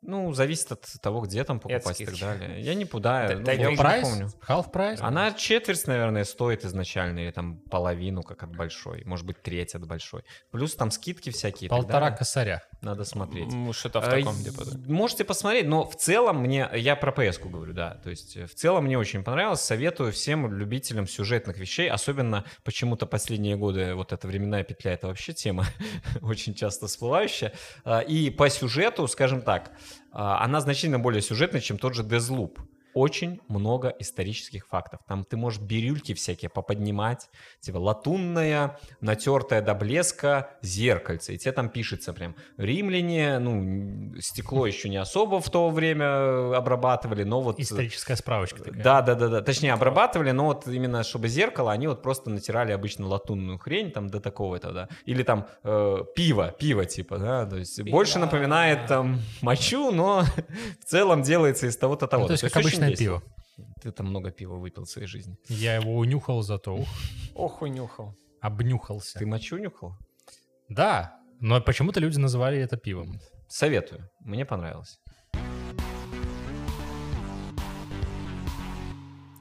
S2: ну, зависит от того, где там покупать и так
S3: скидки.
S2: далее.
S3: [laughs]
S2: Я не пуда,
S3: Да-
S2: ну,
S3: да,
S2: я
S3: я
S2: уже не
S1: Прайс?
S2: помню.
S1: Half прайс?
S2: Она четверть, наверное, стоит изначально, или там половину, как от большой, может быть, треть от большой. Плюс там скидки всякие. и так
S1: Полтора
S2: далее.
S1: косаря.
S2: Надо смотреть.
S3: М, Что-то в
S2: А,
S3: таком типа,
S2: и-
S3: депоте.
S2: Можете посмотреть, но в целом мне, я про ps говорю, да, то есть э, в целом мне очень понравилось, советую всем любителям сюжетных вещей, особенно почему-то последние годы вот эта временная петля, это вообще тема [laughs] очень часто всплывающая, А, и по сюжету, скажем так, а, она значительно более сюжетная, чем тот же Deathloop. Очень много исторических фактов. Там ты можешь бирюльки всякие поподнимать, типа латунная, натертая до блеска зеркальце. И тебе там пишется прям римляне, ну, н- стекло еще не особо в то время э, обрабатывали, но вот...
S1: Историческая справочка такая. Ну,
S2: Да, да, да, да. Точнее, обрабатывали, но вот именно чтобы зеркало, они вот просто натирали обычно латунную хрень там до такого это, да. Или там э, пиво, пиво типа, да. То есть
S3: Пиво.
S2: больше напоминает там мочу, но [laughs] в целом делается из того-то того.
S1: Ну, то есть как
S2: очень
S1: обычное
S2: весело.
S1: пиво.
S2: Ты там много пива выпил в своей жизни.
S1: Я его унюхал зато, ух,
S3: Ох, унюхал.
S1: обнюхался.
S2: Ты мочу нюхал?
S1: Да, но почему-то люди называли это пивом.
S2: Советую. Мне понравилось.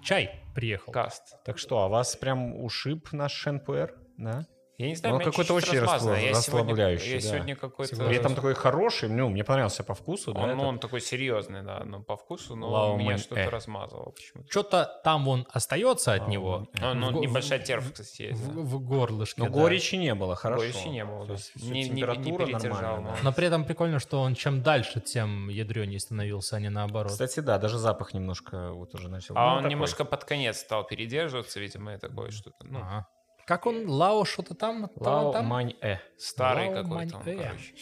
S1: Чай приехал.
S3: Каст.
S2: Так что, а вас прям ушиб наш Шенпуэр? Да?
S3: Я не знаю,
S2: Он
S3: меня
S2: Ну, какой-то
S3: чуть-чуть
S2: очень
S3: размазано. Я
S2: расслаб-
S3: сегодня-
S2: расслабляющий,
S3: Я
S2: да.
S3: сегодня какой-то...
S2: При этом такой хороший, ну, мне понравился по вкусу, да?
S3: Он,
S2: этот?
S3: ну, он такой серьезный, да, но по вкусу, но
S1: Лао
S3: меня
S1: Мэн
S3: что-то
S1: Э.
S3: размазало почему-то.
S1: Что-то там вон остается от него.
S2: Э,
S3: А, ну,
S1: В го-
S3: небольшая
S1: в-
S3: терпь, кстати, есть. да.
S1: В, в горлышке.
S2: Но
S1: да.
S2: горечи не было, хорошо.
S3: Горечи не было,
S2: То
S3: да.
S2: есть всё,
S3: Не- не- не
S2: температура
S3: передержал,
S2: нормальная,
S3: но-
S2: да.
S1: Но при этом прикольно, что он чем дальше, тем ядренее становился, а не наоборот.
S2: Ну, Кстати, да, даже запах немножко вот уже начал.
S3: А
S2: Ну,
S3: он
S2: такой.
S3: немножко под конец стал передерживаться, видимо, и такое что-то. Ну,
S2: А.
S1: Ага. Как он, Лао, что-то там? там,
S2: Лао
S1: там?
S2: Мань Э.
S3: старый
S1: Лао
S3: какой-то он,
S1: Мань Э.
S3: короче.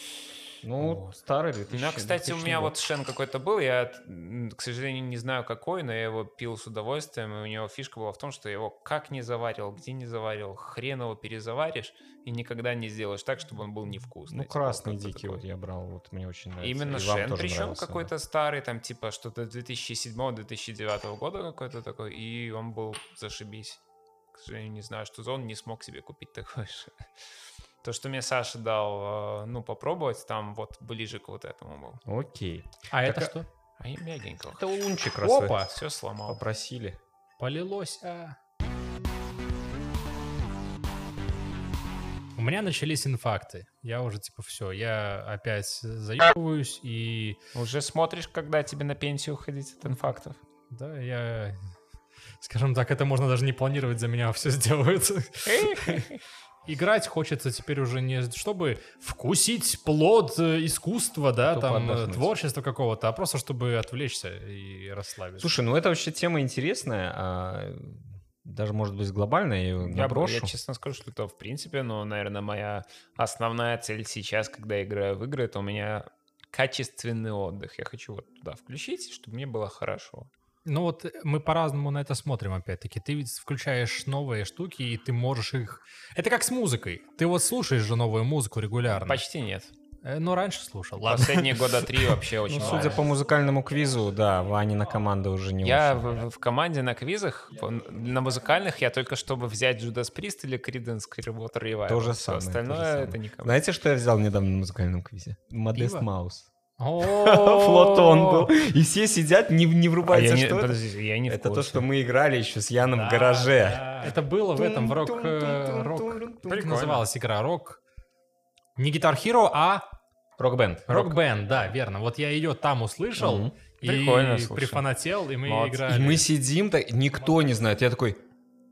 S2: Ну,
S1: Вот.
S2: старый
S3: У
S2: 2000.
S3: меня, а, кстати, у
S2: 2000
S3: меня
S2: год.
S3: вот шен какой-то был, я, м, к сожалению, не знаю какой, но я его пил с удовольствием, и у него фишка была в том, что я его как не заварил, где не заварил, хрен его перезаваришь и никогда не сделаешь так, чтобы он был невкусный.
S2: Ну,
S3: типа,
S2: красный
S3: как-то
S2: дикий
S3: такой.
S2: вот я брал, вот мне очень нравится.
S3: Именно
S2: И вам
S3: Шен,
S2: тоже
S3: причем
S2: нравился, да.
S3: какой-то старый, там типа что-то 2007-2009 года какой-то такой, и он был зашибись. К сожалению, не знаю, что за он, не смог себе купить такой [laughs] же. То, что мне Саша дал, э, ну, попробовать, там вот ближе к вот этому был.
S2: Окей.
S1: А
S2: Так,
S1: это
S2: а-
S1: что?
S3: А я мягенько.
S2: Это улунчик раз вы
S1: Опа!
S3: Все сломал.
S2: попросили.
S1: Полилось. а. У меня начались инфаркты. Я уже типа все, я опять заебываюсь и
S3: Уже смотришь, когда тебе на пенсию уходить от инфактов?
S1: да, я скажем так, это можно даже не планировать, за меня [laughs] все сделают. Играть хочется теперь уже не чтобы вкусить плод э, искусства, да,
S2: Тупо
S1: там э,
S2: отдохнуть.
S1: творчества какого-то, а просто чтобы отвлечься и расслабиться.
S2: Слушай, ну это вообще тема интересная, а, даже, может быть, глобальная, я ее
S3: Я, б- я
S2: наброшу.
S3: честно скажу, что это в принципе, но, наверное, моя основная цель сейчас, когда я играю в игры, это у меня качественный отдых. Я хочу вот туда включить, чтобы мне было хорошо.
S1: Ну вот мы по-разному на это смотрим, опять-таки. Ты ведь включаешь новые штуки, и ты можешь их... Это как с музыкой. Ты вот слушаешь же новую музыку регулярно.
S3: Почти нет.
S1: Э, Ну, раньше слушал. Ладно.
S3: Последние года
S2: [laughs]
S3: три вообще очень
S2: Ну,
S3: мало.
S2: судя по музыкальному квизу, да, Ванина команда уже не
S3: Я
S2: очень.
S3: в, в команде на квизах, по- на музыкальных, я только чтобы взять Judas Priest или Creedence Clearwater Revival.
S2: То же самое, то
S3: Всё
S2: же
S3: остальное
S2: самое.
S3: это не ко мне.
S2: Знаете, что я взял недавно на музыкальном квизе? Модест
S1: Пиво?
S2: Маус.
S1: О-о-о.
S2: Флотон был. И все сидят, не, не
S3: А я
S2: врубаются,
S3: не,
S2: что это.
S3: подожди, я не в
S2: Это то,
S3: курсе.
S2: что мы играли еще с Яном в гараже.
S1: Это было в этом, в рок... э, рок... Как
S2: Рок-бенд.
S1: называлась игра? Рок... Не Guitar Hero, а Rock Band, да, верно. Вот я ее там услышал
S2: Мгм.
S1: и
S3: Прикольно, слушай.
S1: прифанател, и мы
S3: Молодцы.
S1: играли.
S2: И мы сидим, так, никто не знает. Я такой,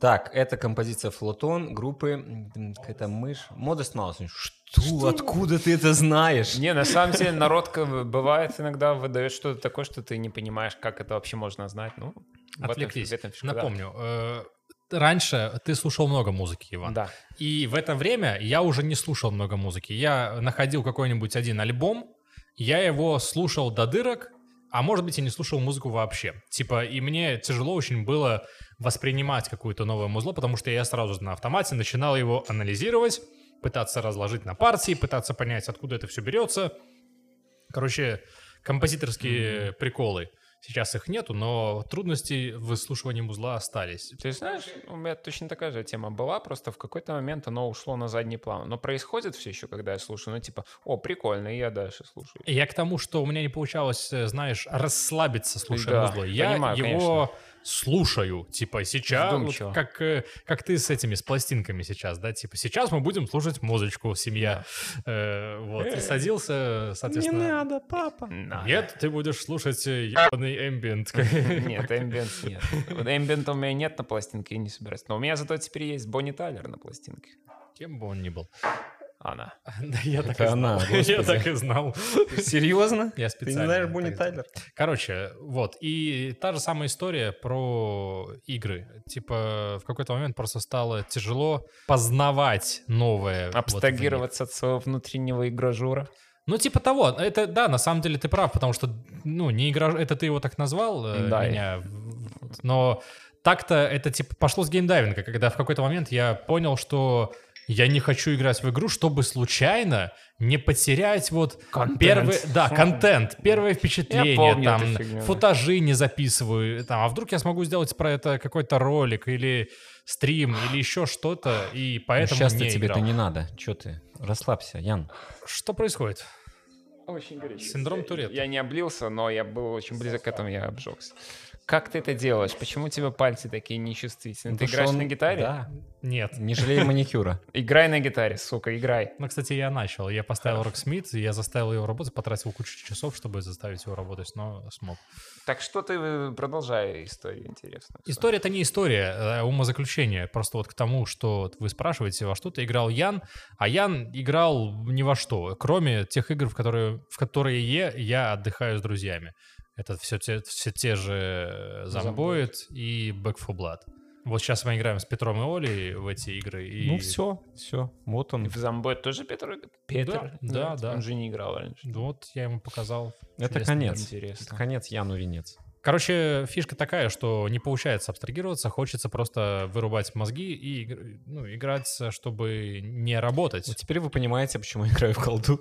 S2: так, это композиция Флотон, группы, м, какая-то мышь, Модест Маус. Что? Откуда ты это знаешь?
S3: Не, на самом деле народ как бы, бывает иногда выдает что-то такое, что ты не понимаешь, как это вообще можно знать. Ну, в этом-
S1: Отвлеклись.
S3: в этом фишка, да.
S1: Напомню, э, раньше ты слушал много музыки, Иван.
S3: Да.
S1: И в это время я уже не слушал много музыки. Я находил какой-нибудь один альбом, я его слушал до дырок, а может быть, и не слушал музыку вообще. Типа, и мне тяжело очень было воспринимать какую-то новое музло, потому что я сразу на автомате начинал его анализировать, пытаться разложить на партии, пытаться понять, откуда это все берется. Короче, композиторские приколы. Сейчас их нету, но трудности в выслушивании музла остались.
S3: Ты знаешь, у меня точно такая же тема была, просто в какой-то момент оно ушло на задний план. Но происходит все еще, когда я слушаю, ну типа, о, прикольно, и я дальше слушаю.
S1: Я к тому, что у меня не получалось, э, знаешь, расслабиться, слушая
S3: Да,
S1: музло. Я
S3: понимаю,
S1: его слушаю, типа, сейчас, вот
S3: Вдумчиво.
S1: как, э, как ты с этими, с пластинками сейчас, да, типа, сейчас мы будем слушать музычку, семья. Э, вот, и садился, соответственно... [laughs]
S2: папа.
S3: Надо.
S1: Нет, ты будешь слушать э, ебаный эмбиент.
S3: Нет, эмбиент нет. Вот Эмбиент у меня нет на пластинке и не собираюсь. Но у меня зато теперь есть Бонни Тайлер на пластинке.
S1: Кем бы он ни был. [laughs]
S3: Она.
S1: Да, я так и
S2: Это она,
S1: знал. [laughs] Я
S2: господи.
S1: так и знал.
S2: Серьезно?
S1: Я
S2: Ты не
S1: специально
S2: знаешь Бонни
S1: так сделал.
S2: Тайлер?
S1: Короче, вот. И та же самая история про игры. Типа, в какой-то момент просто стало тяжело познавать новое. вот в них.
S3: Абстагироваться от своего внутреннего игражура.
S1: ну, типа того. Это, да, на самом деле ты прав, потому что, ну, не игра... Это ты его так назвал, э,
S3: Да,
S1: меня. Но так-то это, типа, пошло с геймдайвинга, когда в какой-то момент я понял, что я не хочу играть в игру, чтобы случайно не потерять вот
S3: Контент.
S1: первый, да, контент, первое впечатление,
S3: помню
S1: там,
S3: эту фигню, да.
S1: футажи не записываю, там, а вдруг я смогу сделать про это какой-то ролик или стрим или еще что-то,
S3: Ну,
S1: и поэтому
S2: Сейчас
S1: не
S2: тебе
S1: играл.
S2: это не надо. Че ты? Расслабься, Ян.
S1: Что происходит?
S3: Очень горячо.
S1: Синдром Туретта.
S3: Я не облился, но я был очень близок к этому, я обжегся. Как ты это делаешь? Почему у тебя пальцы такие нечувствительные? Ты
S2: Потому что
S3: играешь
S2: он-
S3: на гитаре?
S2: Да.
S1: Нет.
S2: Не жалей [laughs] маникюра.
S3: Играй на гитаре, сука, играй.
S1: Ну, кстати, я начал. Я поставил Роксмит, я заставил его работать, потратил кучу часов, чтобы заставить его работать, но смог.
S3: Так что ты э, продолжай историю интересную.
S1: История это не история, э, умозаключение. Просто вот к тому, что вот вы спрашиваете, во что ты играл Ян, а Ян играл ни во что, кроме тех игр, в которые, в которые я отдыхаю с друзьями. Это все те, все те же э, Зомбоид и Back 4 Blood. Вот сейчас мы играем с Петром и Олей в эти игры. И...
S2: Ну все, все. Вот он.
S3: В Зомбоид тоже Петр? играет? Петр?
S1: да, да.
S3: Он же не играл раньше.
S1: ну, Вот я ему показал.
S2: Это
S1: Чудесный
S2: конец.
S3: Интересно.
S2: Это конец Яну Венец.
S1: Короче, фишка такая, что не получается абстрагироваться, хочется просто вырубать мозги и игр- ну, играть, чтобы не
S2: Вот
S1: работать.
S2: теперь вы понимаете, почему я играю в колду.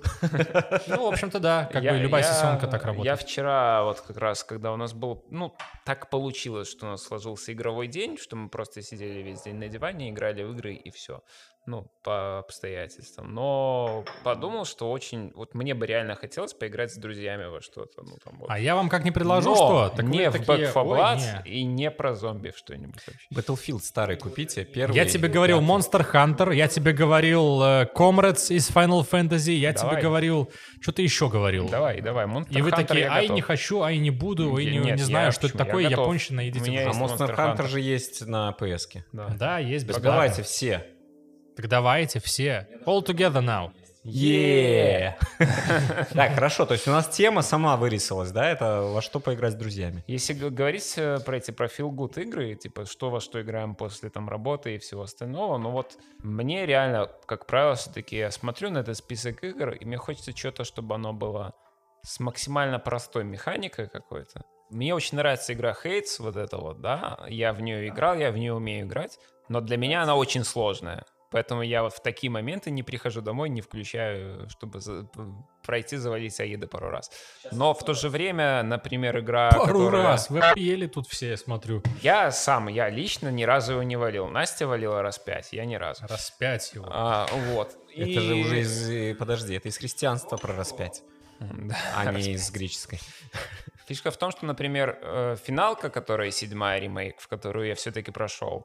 S1: Ну, в общем-то, да, как
S3: Я-
S1: бы любая
S3: я-
S1: сессионка так
S3: Я типа
S1: работает.
S3: вчера вот как раз, когда у нас был, ну, так получилось, что у нас сложился игровой день, что мы просто сидели весь день на диване, играли в игры и все. Ну, по обстоятельствам. Но подумал, что очень... Вот мне бы реально хотелось поиграть с друзьями во что-то. Ну, там вот.
S1: А я вам как не предложу,
S3: Но
S1: что? Так вы
S3: не в
S1: такие,
S3: Back 4
S1: «Ой,
S3: Blood
S1: не».
S3: и не про зомби в что-нибудь вообще.
S2: [laughs] Battlefield старый купите, первый.
S1: Я тебе говорил Monster Hunter, я тебе говорил э, Comrades из Final Fantasy, я тебе
S3: Давай.
S1: говорил... Что ты еще говорил?
S3: Давай, давай, Monster
S1: И вы
S3: Hunter
S1: такие,
S3: я
S1: ай,
S3: готов».
S1: не хочу, ай, не буду, ай, не,
S3: Нет,
S1: не
S3: я-
S1: знаю, что это
S3: почему? Я
S1: такое,
S3: готов.
S1: японщина, идите
S3: У меня
S1: в
S2: А
S3: есть
S2: Monster
S3: Monster
S2: Hunter
S3: Hunter.
S2: же есть на PSке.
S3: Да.
S1: жопу». Да, есть
S2: Так
S1: бесплатно.
S2: Давайте все.
S1: Так давайте все. All together now.
S2: Е. [laughs] Так, хорошо, то есть у нас тема сама вырисовалась, да? Это во что поиграть с друзьями.
S3: Если г- говорить э, про эти про feel good игры, типа что во что играем после там работы и всего остального, ну вот мне реально, как правило, все-таки я смотрю на этот список игр, и мне хочется что-то, чтобы оно было с максимально простой механикой какой-то. Мне очень нравится игра Хейтс, вот эта вот, да. Я в нее играл, я в нее умею играть, но для меня она очень сложная. Поэтому я вот в такие моменты не прихожу домой, не включаю, чтобы за- пройти завалить Аида пару раз. Но в то же время, например, игра...
S1: Пару
S3: которая-
S1: раз. Вы ели тут все, я смотрю.
S3: Я сам, я лично ни разу его не валил. Настя валила раз пять, я ни разу.
S1: Раз пять его.
S3: А, вот.
S2: Это же
S3: И-
S2: уже из... э, Подожди, это из христианства про распять,
S3: М, [laughs] да.
S2: а не из греческой.
S3: Фишка в том, что, например, э, финалка, которая седьмая ремейк, в которую я все-таки прошел,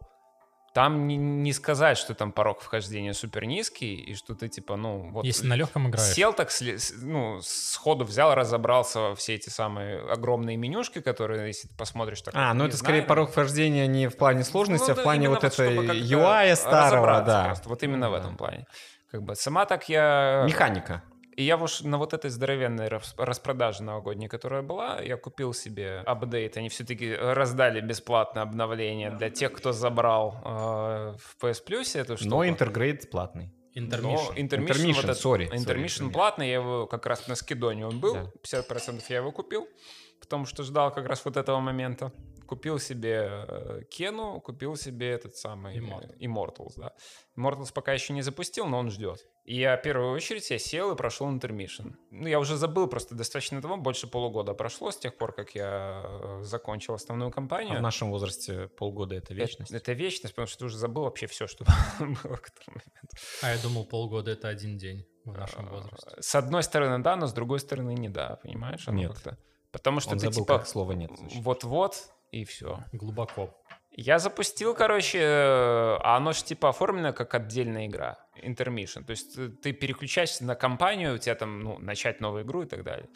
S3: там не, не сказать, что там порог вхождения супер низкий, и что ты типа, ну, вот
S1: Если на легком играешь.
S3: сел так, сли- с- ну, сходу взял, разобрался во все эти самые огромные менюшки, которые, если ты посмотришь, так...
S2: А, ну
S3: не
S2: это скорее
S3: знаю,
S2: порог вхождения не в плане сложности,
S3: Ну,
S2: а в
S3: да,
S2: плане
S3: именно
S2: вот этой
S3: чтобы как-то
S2: UI старого,
S3: разобраться
S2: да.
S3: просто. Вот именно в этом плане. Как бы сама так я...
S2: Механика.
S3: И я уж на вот этой здоровенной рас- распродаже новогодней, которая была, я купил себе апдейт. Они все-таки раздали бесплатное обновление для тех, кто забрал э, в PS Plus эту штуку.
S2: Но интергрейд платный.
S1: Интермишн.
S3: Ну, Интермишн,
S2: Intermission,
S3: вот этот-
S2: sorry, sorry,
S3: Intermission
S2: Intermission.
S3: платный, я его как раз на скидоне он был,
S2: Да.
S3: 50% я его купил, потому что ждал как раз вот этого момента. Купил себе э, Кену, купил себе этот самый э,
S1: Immortal.
S3: Immortals, да. Immortals пока еще не запустил, но он ждет. И я в первую очередь я сел и прошел Intermission. Ну, я уже забыл просто достаточно того, больше полугода прошло с тех пор, как я э, закончил основную
S2: А в
S3: кампанию.
S2: нашем возрасте полгода это вечность.
S3: Это, это вечность, потому что ты уже забыл вообще все, что [laughs] было к тому моменту.
S1: А я думал, полгода это один день в нашем
S3: А,
S1: возрасте.
S3: С одной стороны, да, но с другой стороны, не да, понимаешь? Оно
S2: Нет.
S3: как-то- Потому что
S2: Он
S3: ты
S2: забыл,
S3: типа
S2: как слова нет. существует.
S3: вот-вот и все.
S1: Глубоко.
S3: Я запустил, короче, э, а оно же типа оформлено как отдельная игра, интермишн. То есть ты- ты переключаешься на компанию, у тебя там, ну, начать новую игру и так далее.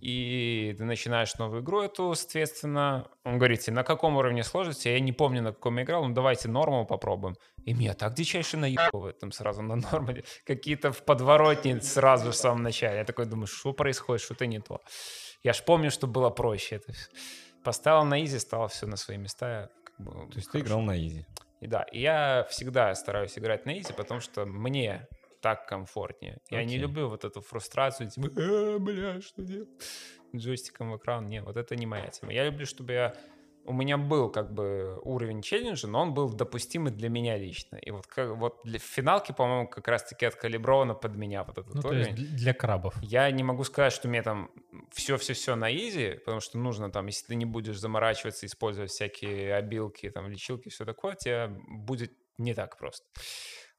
S3: И ты начинаешь новую игру эту, соответственно. Он говорит тебе, на каком уровне сложности? Я не помню, на каком я играл. Ну, давайте норму попробуем. И меня так дичайше наебывает там сразу на норме. [laughs] Какие-то в подворотне сразу же в самом начале. Я такой думаю, что происходит, что-то не то. Я ж помню, что было проще. Это всё. Поставил на изи, стало все на свои места. как бы
S2: То есть
S3: хорошо.
S2: ты играл на изи.
S3: И да, и я всегда стараюсь играть на изи, потому что мне так комфортнее. Я не
S2: Окей.
S3: люблю вот эту фрустрацию, типа, «А, бля, что делать? [laughs] Джойстиком в экран. Не, вот это не моя тема. Я люблю, чтобы я... У меня был как бы уровень челленджа, но он был допустимый для меня лично. И вот, как, вот для в финалке, по-моему, как раз-таки откалибровано под меня вот этот
S1: Ну, то
S3: уровень.
S1: есть дл- для крабов.
S3: Я не могу сказать, что мне там все-все-все на изи, потому что нужно там, если ты не будешь заморачиваться, использовать всякие обилки, там, лечилки, все такое, тебе будет не так просто.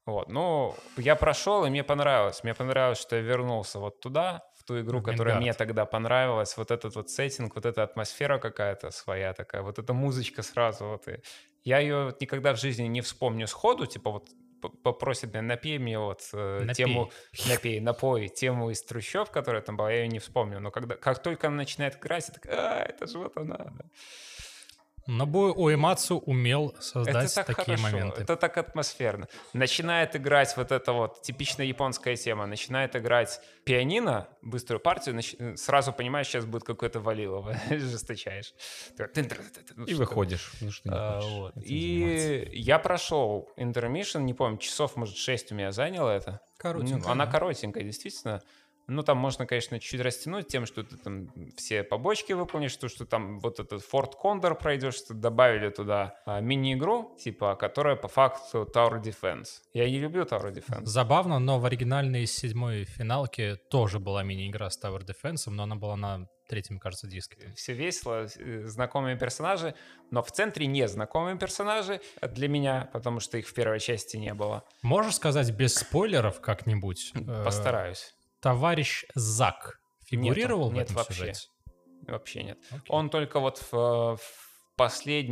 S3: Вот, ну, я прошел, и мне понравилось. Мне понравилось, что я вернулся вот туда, в ту игру,
S1: В
S3: которая мне
S1: Мидгард.
S3: тогда понравилась. Вот этот вот сеттинг, вот эта атмосфера какая-то своя такая, вот эта музычка сразу. Вот. и Я ее вот никогда в жизни не вспомню сходу, типа вот п- попросит меня, напей мне вот э,
S1: Напей.
S3: тему, напей, напой, тему из трущоб, которая там была, я ее не вспомню. Но когда, как только она начинает играть, я так, а, это же вот она. да».
S1: Нобу Уэмацу умел создать такие
S3: хорошо,
S1: моменты.
S3: Это так атмосферно. Начинает играть вот эта вот типичная японская тема. Начинает играть пианино, быструю партию, нач- сразу понимаешь, сейчас будет какое-то валилово. [laughs] Жесточаешь.
S2: И выходишь. Ну, что не
S3: А,
S2: хочешь
S3: вот.
S2: этим заниматься.
S3: И я прошел интермишн, не помню, часов, может, 6 у меня заняло это. Ну, она коротенькая, действительно. Ну, там можно, конечно, чуть растянуть тем, что ты там все побочки выполнишь, то, что там вот этот Fort Condor пройдешь, что добавили туда а, мини-игру, типа, которая по факту Tower Defense. Я не люблю Tower Defense.
S1: Забавно, но в оригинальной седьмой финалке тоже была мини-игра с Tower Defense, но она была на третьем, кажется, диске.
S3: Все весело, э, знакомые персонажи, но в центре незнакомые персонажи э, для меня, потому что их в первой части не было.
S1: Можешь сказать без спойлеров как-нибудь? э,
S3: Постараюсь.
S1: Товарищ Зак фигурировал
S3: Нет,
S1: в этом
S3: нет, вообще.
S1: сюжете?
S3: Вообще нет.
S1: Окей.
S3: Он только вот в, э, в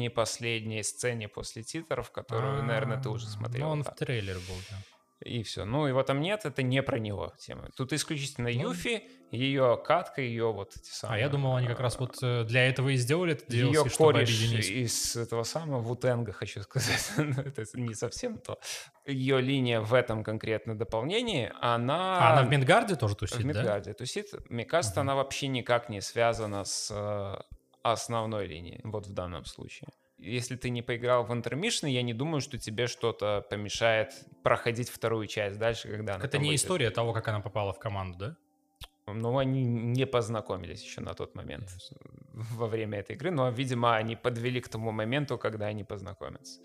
S3: последней-последней сцене после титров, которую, наверное, ты уже
S1: А,
S3: смотрел.
S1: Ну, он
S3: да.
S1: в трейлере был, да.
S3: И все. Ну, его там нет, это не про него тема. Тут исключительно
S1: Ну.
S3: Юфи, ее катка, ее вот эти самые...
S1: А я думал, они как раз
S3: э,
S1: вот э, для этого и сделали этот DLC,
S3: ее
S1: чтобы
S3: кореш
S1: объединить.
S3: из этого самого Вутенга, хочу сказать, [laughs] но это не совсем то. Ее линия в этом конкретно дополнении, она...
S1: А она в Мидгарде тоже тусит,
S3: в
S1: да?
S3: Мидгарде тусит. Мне кажется, она вообще никак не связана с э, основной линией, вот в данном случае. Если ты не поиграл в Интермишн, я не думаю, что тебе что-то помешает проходить вторую часть дальше, когда она
S1: Это
S3: там
S1: не
S3: выйдет.
S1: история того, как она попала в команду, да?
S3: Ну, они не познакомились еще на тот момент во время этой игры, но, видимо, они подвели к тому моменту, когда они познакомятся.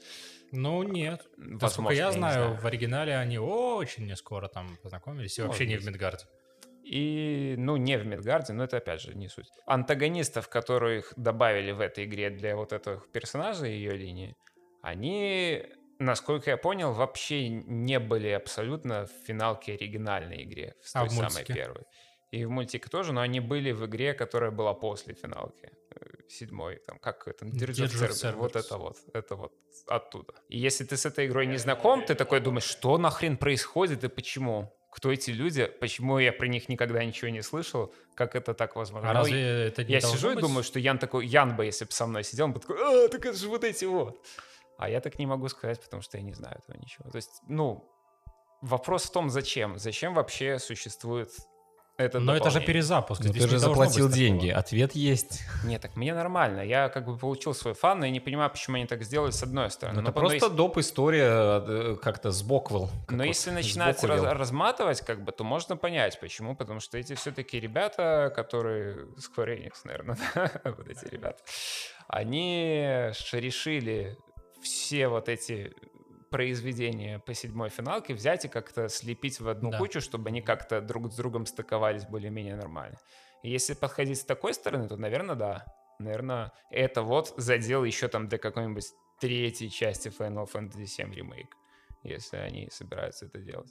S1: Ну, нет.
S3: Возможно,
S1: Насколько я
S3: не
S1: знаю,
S3: знаю.
S1: в оригинале они очень не скоро там познакомились, и
S3: Может
S1: вообще не
S3: быть.
S1: в Мидгарде.
S3: И, ну, не в Мидгарде, но это, опять же, не суть. Антагонистов, которых добавили в этой игре для вот этого персонажа и ее линии, они, насколько я понял, вообще не были абсолютно в финалке оригинальной игре, в
S1: А
S3: той
S1: в
S3: самой
S1: мультике?
S3: первой. И в мультике тоже, но они были в игре, которая была после финалки э, седьмой, там, как это,
S1: Dirge
S3: Dirge of
S1: of
S3: Cerberus. вот
S1: Cerberus.
S3: это вот, это вот оттуда. И если ты с этой игрой не знаком, ты такой думаешь, что нахрен происходит и почему? Кто эти люди? Почему я про них никогда ничего не слышал? Как это так возможно?
S1: А
S3: Ну,
S1: разве это не
S3: я
S1: должно
S3: сижу и
S1: быть?
S3: думаю, что Ян такой, Ян бы, если бы со мной сидел, он бы такой, а, так это же вот эти вот. А я так не могу сказать, потому что я не знаю этого ничего. То есть, ну, вопрос в том, зачем? Зачем вообще существует это
S1: Но это же
S3: дополнение?
S1: перезапуск.
S2: Ну,
S1: здесь
S2: ты же
S1: не должно
S2: заплатил
S1: быть такого.
S2: деньги, ответ есть.
S3: Не, так мне нормально. Я как бы получил свой фан, и не понимаю, почему они так сделали с одной
S2: Ну,
S3: стороны.
S2: это
S3: Но потом,
S2: просто доп. история э, как-то сбоквел.
S3: Но Ну, если начинать раз- разматывать, как бы, то можно понять, почему. Потому что эти все-таки ребята, которые... Square Enix, [laughs] наверное, вот эти ребята. Они ж решили все вот эти произведения по седьмой финалке взять и как-то слепить в одну
S1: Да.
S3: кучу, чтобы они как-то друг с другом стыковались более-менее нормально. И если подходить с такой стороны, то, наверное, да. Наверное, это вот задел еще там до какой-нибудь третьей части Final Fantasy VII Remake, если они собираются это делать.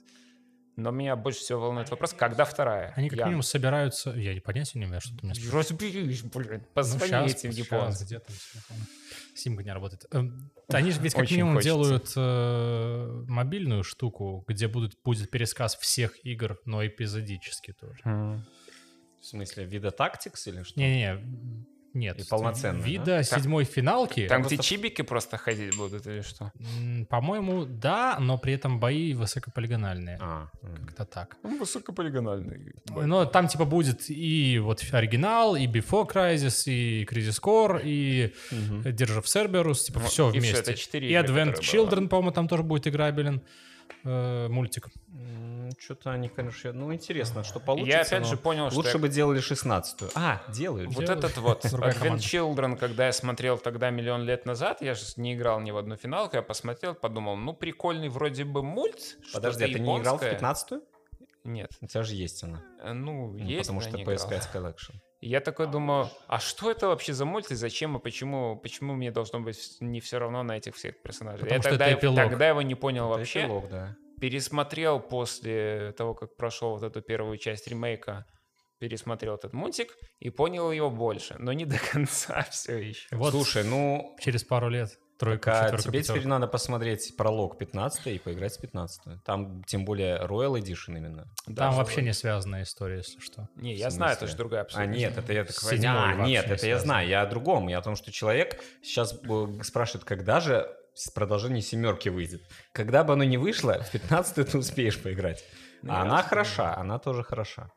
S3: Но меня больше всего волнует вопрос, когда вторая?
S1: Они как
S3: Ян, [laughs]
S1: минимум собираются... Я не понятия не имею, что ты мне спрашиваешь.
S3: Разберись, блин,
S2: Ну,
S3: позвони
S1: Ну, щас,
S3: этим
S1: щас,
S3: японцам.
S1: Типа, где там телефон? Симка не работает. Эм, Они же ведь как
S2: Очень
S1: минимум
S2: хочется.
S1: делают э, мобильную штуку, где будет, будет пересказ всех игр, но эпизодически тоже.
S2: В смысле, вида тактикс или что?
S1: Не-не-не, нет.
S2: И полноценно, да?
S1: Вида седьмой финалки,
S3: Там, где
S2: Просто-
S3: чибики просто ходить будут или что?
S1: м, по-моему, да, но при этом бои высокополигональные.
S2: А, м.
S1: Как-то так.
S3: Ну, высокополигональный.
S1: Но там типа будет и вот оригинал, и Before Crisis, и Crisis Core, и
S2: Мгм.
S1: Э, Держа в Cerberus, типа
S3: Ну,
S1: все
S3: и всё,
S1: вместе.
S3: это четыре
S1: и
S3: игры,
S1: Advent
S3: которые было.
S1: Children, по-моему, там тоже будет играбелен э, мультик.
S2: М, Что-то они, конечно, ну интересно, что получится.
S3: Я опять
S2: но
S3: же понял, что
S2: Лучше
S3: я-
S2: бы делали 16-ю. А, делают.
S3: Вот
S1: Делают.
S3: этот вот
S1: Другая
S3: Advent
S1: команда.
S3: Children, когда я смотрел тогда миллион лет назад, я же не играл ни в одну финалку, я посмотрел, подумал, ну прикольный вроде бы мульт.
S2: Подожди, а ты
S3: что-то
S2: не играл в
S3: японское.
S2: 15-ю?
S3: Нет.
S2: У тебя же есть она.
S3: Э, Ну,
S2: Ну,
S3: есть,
S2: потому
S3: но
S2: что
S3: я не играл.
S2: PS5 Collection.
S3: Я такой думаю, а что это вообще за мульт и зачем и почему, почему мне должно быть не все равно на этих всех персонажей?
S1: Потому
S3: я
S1: что
S3: тогда,
S1: это эпилог.
S3: тогда его не понял
S2: Это
S3: Ну, вообще.
S2: эпилог, да.
S3: пересмотрел после того, как прошел вот эту первую часть ремейка пересмотрел этот мультик и понял его больше, но не до конца [laughs] все еще.
S1: Вот
S2: Слушай, ну,
S1: через пару лет тройка,
S2: ка-
S1: четверка,
S2: тебе
S1: пятерка.
S2: теперь надо посмотреть пролог 15 и поиграть с 15 Там, тем более, Royal Edition именно.
S1: Там
S3: Даже
S1: вообще
S3: вот.
S1: не связанная история, если что.
S3: Не,
S2: В
S3: я знаю, это
S2: смысле?
S3: же другая
S2: А
S3: абсолютно.
S2: нет, это я так
S1: С седьмой
S2: А,
S1: вообще
S2: нет,
S1: не
S2: это я
S1: связано.
S2: знаю, я о другом, я о том, что человек сейчас э, спрашивает, когда же с- продолжение семерки выйдет. Когда бы оно не вышло, в 15 ты успеешь поиграть.
S3: Ну,
S2: А
S3: я
S2: она
S3: вспомнил.
S2: хороша, она тоже хороша.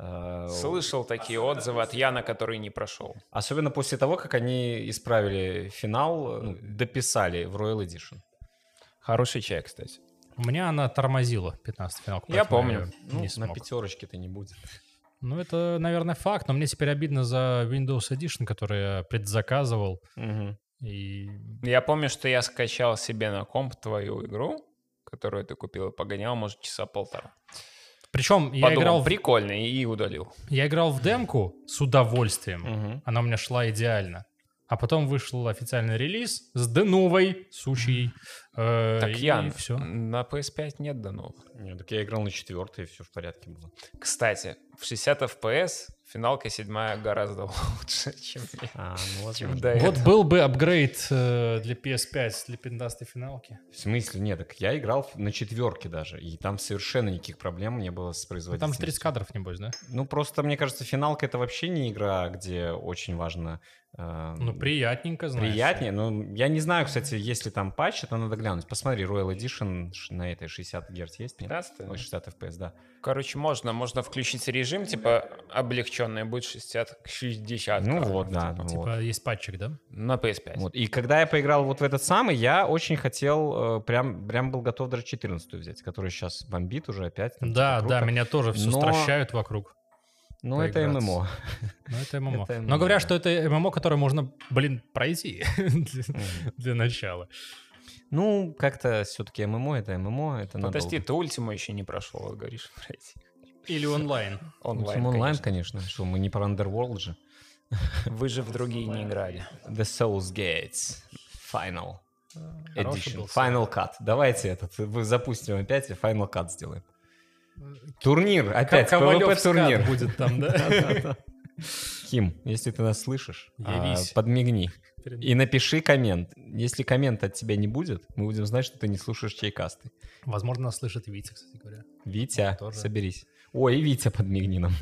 S2: Э,
S3: Слышал такие отзывы от Яна, который не прошел.
S2: Особенно после того, как они исправили финал, э, ну, дописали в Royal Edition.
S3: Хороший чай, кстати.
S1: У меня она тормозила 15 финал.
S3: Я
S1: поэтому
S3: помню.
S1: её
S2: Ну,
S1: не
S2: на
S1: смог.
S2: пятерочке-то не будет.
S1: Ну, это, наверное, факт, но мне теперь обидно за Windows Edition, который я предзаказывал. И
S3: Я помню, что я скачал себе на комп твою игру, которую ты купил, и погонял, может, часа полтора.
S1: причем я
S3: Подумал,
S1: играл, в...
S3: прикольно, и удалил.
S1: я играл в демку с удовольствием.
S2: Мгм.
S1: Она у меня шла идеально. А потом вышел официальный релиз с Деновой, сучьей. э,
S3: Так,
S1: и
S3: Ян,
S1: все.
S3: на PS5 нет ну. данов.
S2: Нет, так я играл на четвертой, и все в порядке было.
S3: Кстати, в 60 FPS финалка седьмая гораздо лучше, [laughs] чем я.
S2: А, ну,
S3: Чем
S2: возможно.
S3: до
S1: Вот
S3: этого.
S1: был бы апгрейд э, для PS5 для 15 финалки. Ну,
S2: В смысле? Нет, так я играл в- на четверке даже, и там совершенно никаких проблем не было с
S1: Ну,
S2: производителем.
S1: Там же 30 кадров, небось, да?
S2: Ну, просто, мне кажется, финалка — это вообще не игра, где очень важно... э,
S1: Ну, приятненько, знаешь.
S2: Приятнее, ну, я не знаю, кстати, если там патч, это надо глянуть. Посмотри, Royal Edition ш- на этой 60 Гц есть? Нет?
S3: 15?
S2: Ой, 60 FPS, да.
S3: Короче, можно, можно включить режим, типа, облегченный будет 60 к 60.
S2: ну
S3: короче,
S2: вот, да. ну
S1: Типа
S2: вот.
S1: есть патчик, да?
S3: На PS5.
S2: Вот. И когда я поиграл вот в этот самый, я очень хотел, э, прям, прям был готов даже 14 взять, который сейчас бомбит уже опять. там,
S1: Да,
S2: типа,
S1: да,
S2: круто.
S1: меня тоже все
S2: Но-
S1: стращают вокруг.
S2: Ну, это
S1: поиграться.
S2: ММО.
S1: Но это ММО.
S2: Это
S1: Но говорят,
S2: ММО.
S1: что это ММО, которое можно, блин, пройти [laughs] для- для начала.
S2: Ну, как-то все-таки ММО это ММО, это надо.
S3: Подожди, ты ультиму еще не прошел, вот говоришь, [laughs] пройти.
S1: Или онлайн.
S3: Онлайн,
S2: Ну, онлайн,
S3: конечно.
S2: конечно. Что, мы не про Underworld же.
S3: Вы же в другие не играли.
S2: The Souls Gates. Final.
S1: Хороший
S2: Edition.
S1: был
S2: Final Cut. Давайте этот вы- запустим опять и Final Cut сделаем. Турнир опять.
S1: Ковалев
S2: PvP турнир.
S1: скат будет там,
S2: [laughs]
S1: да?
S2: Да-да-да. Хим, если ты нас слышишь, а,
S1: Явись.
S2: подмигни
S1: Перед-
S2: и напиши коммент. Если коммент от тебя не будет, мы будем знать, что ты не слушаешь чайкасты.
S1: Возможно, нас слышит Витя, кстати говоря.
S2: Витя,
S1: Тоже.
S2: соберись. Ой, и Витя, подмигни нам.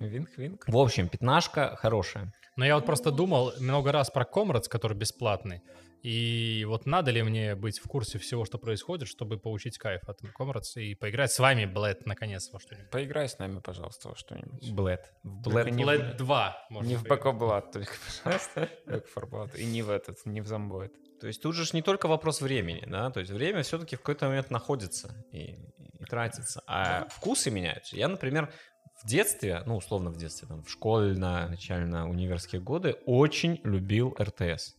S3: Винг-винг.
S2: В общем, пятнашка хорошая.
S1: Но я вот просто думал много раз про Комрадс, который бесплатный. И вот надо ли мне быть в курсе всего, что происходит, чтобы получить кайф от Комрадс и поиграть с вами, Блэд, наконец, во что-нибудь.
S3: Поиграй с нами, пожалуйста, во что-нибудь.
S2: Блэд.
S3: Только
S2: Блэд.
S3: не
S1: Блэд
S3: в
S1: 2. можно
S3: не в
S1: поиграть.
S3: Бакоблат только, [laughs]
S2: [laughs]
S3: пожалуйста. Back for Blood. И не в этот, не в зомбоид.
S2: То есть тут же ж не только вопрос времени, да? То есть время все-таки в какой-то момент находится и, и тратится. А вкусы меняются. Я, например, в детстве, ну, условно в детстве, там, в школьно, начально универские годы, очень любил РТС.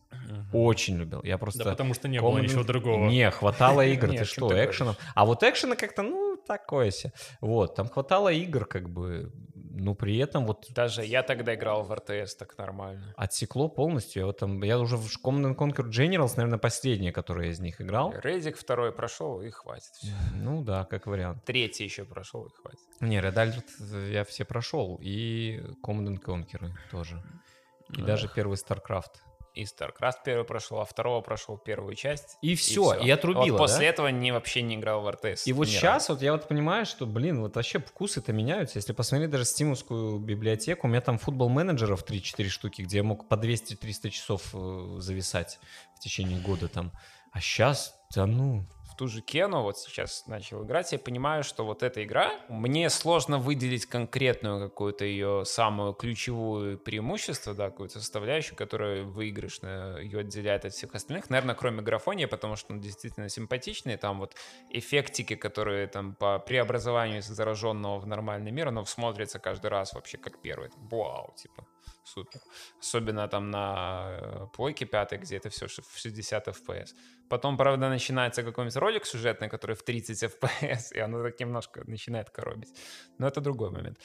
S2: Очень любил. Я просто...
S1: Да потому что не было
S2: Common-
S1: ничего другого.
S2: Не,
S1: [laughs]
S2: хватало игр,
S3: Нет,
S2: ты
S3: о чем
S2: что,
S3: ты
S2: экшенов. А вот экшена как-то, ну, такое себе. Вот, там хватало игр, как бы, но при этом вот
S3: Даже я тогда играл в РТС так нормально.
S2: отсекло полностью. Я, вот там, я уже в Command Conquer Generals, наверное, последняя, которую я из них играл.
S3: Рейдик второй прошел, и хватит. всё.
S2: Ну да, как вариант.
S3: Третий еще прошел, и хватит.
S2: Не, Red Alert э, я все прошел, и Command Conquer тоже. И даже первый StarCraft.
S3: И StarCraft первый прошел, а второго прошел первую часть.
S2: И всё,
S3: всё. А
S2: и отрубило,
S3: Вот после
S2: да?
S3: этого не вообще не играл в РТС.
S2: И вот
S3: ни
S2: сейчас вот я вот понимаю, что, блин, вот вообще вкусы-то меняются. Если посмотреть даже стимовскую библиотеку, у меня там футбол-менеджеров 3-4 штуки, где я мог по 200-300 часов э, зависать в течение года там. А сейчас, да ну...
S3: в ту же Кену вот сейчас начал играть, я понимаю, что вот эта игра, мне сложно выделить конкретную какую-то ее самую ключевую преимущество, да, какую-то составляющую, которая выигрышная ее отделяет от всех остальных, наверное, кроме графония, потому что он действительно симпатичный, там вот эффектики, которые там по преобразованию из зараженного в нормальный мир, оно смотрится каждый раз вообще как первый, Это вау, типа, супер. Особенно там на э, плойке пятой, где это все в 60 FPS. Потом, правда, начинается какой-нибудь ролик сюжетный, который в 30 FPS, и оно так немножко начинает коробить. Но это другой момент.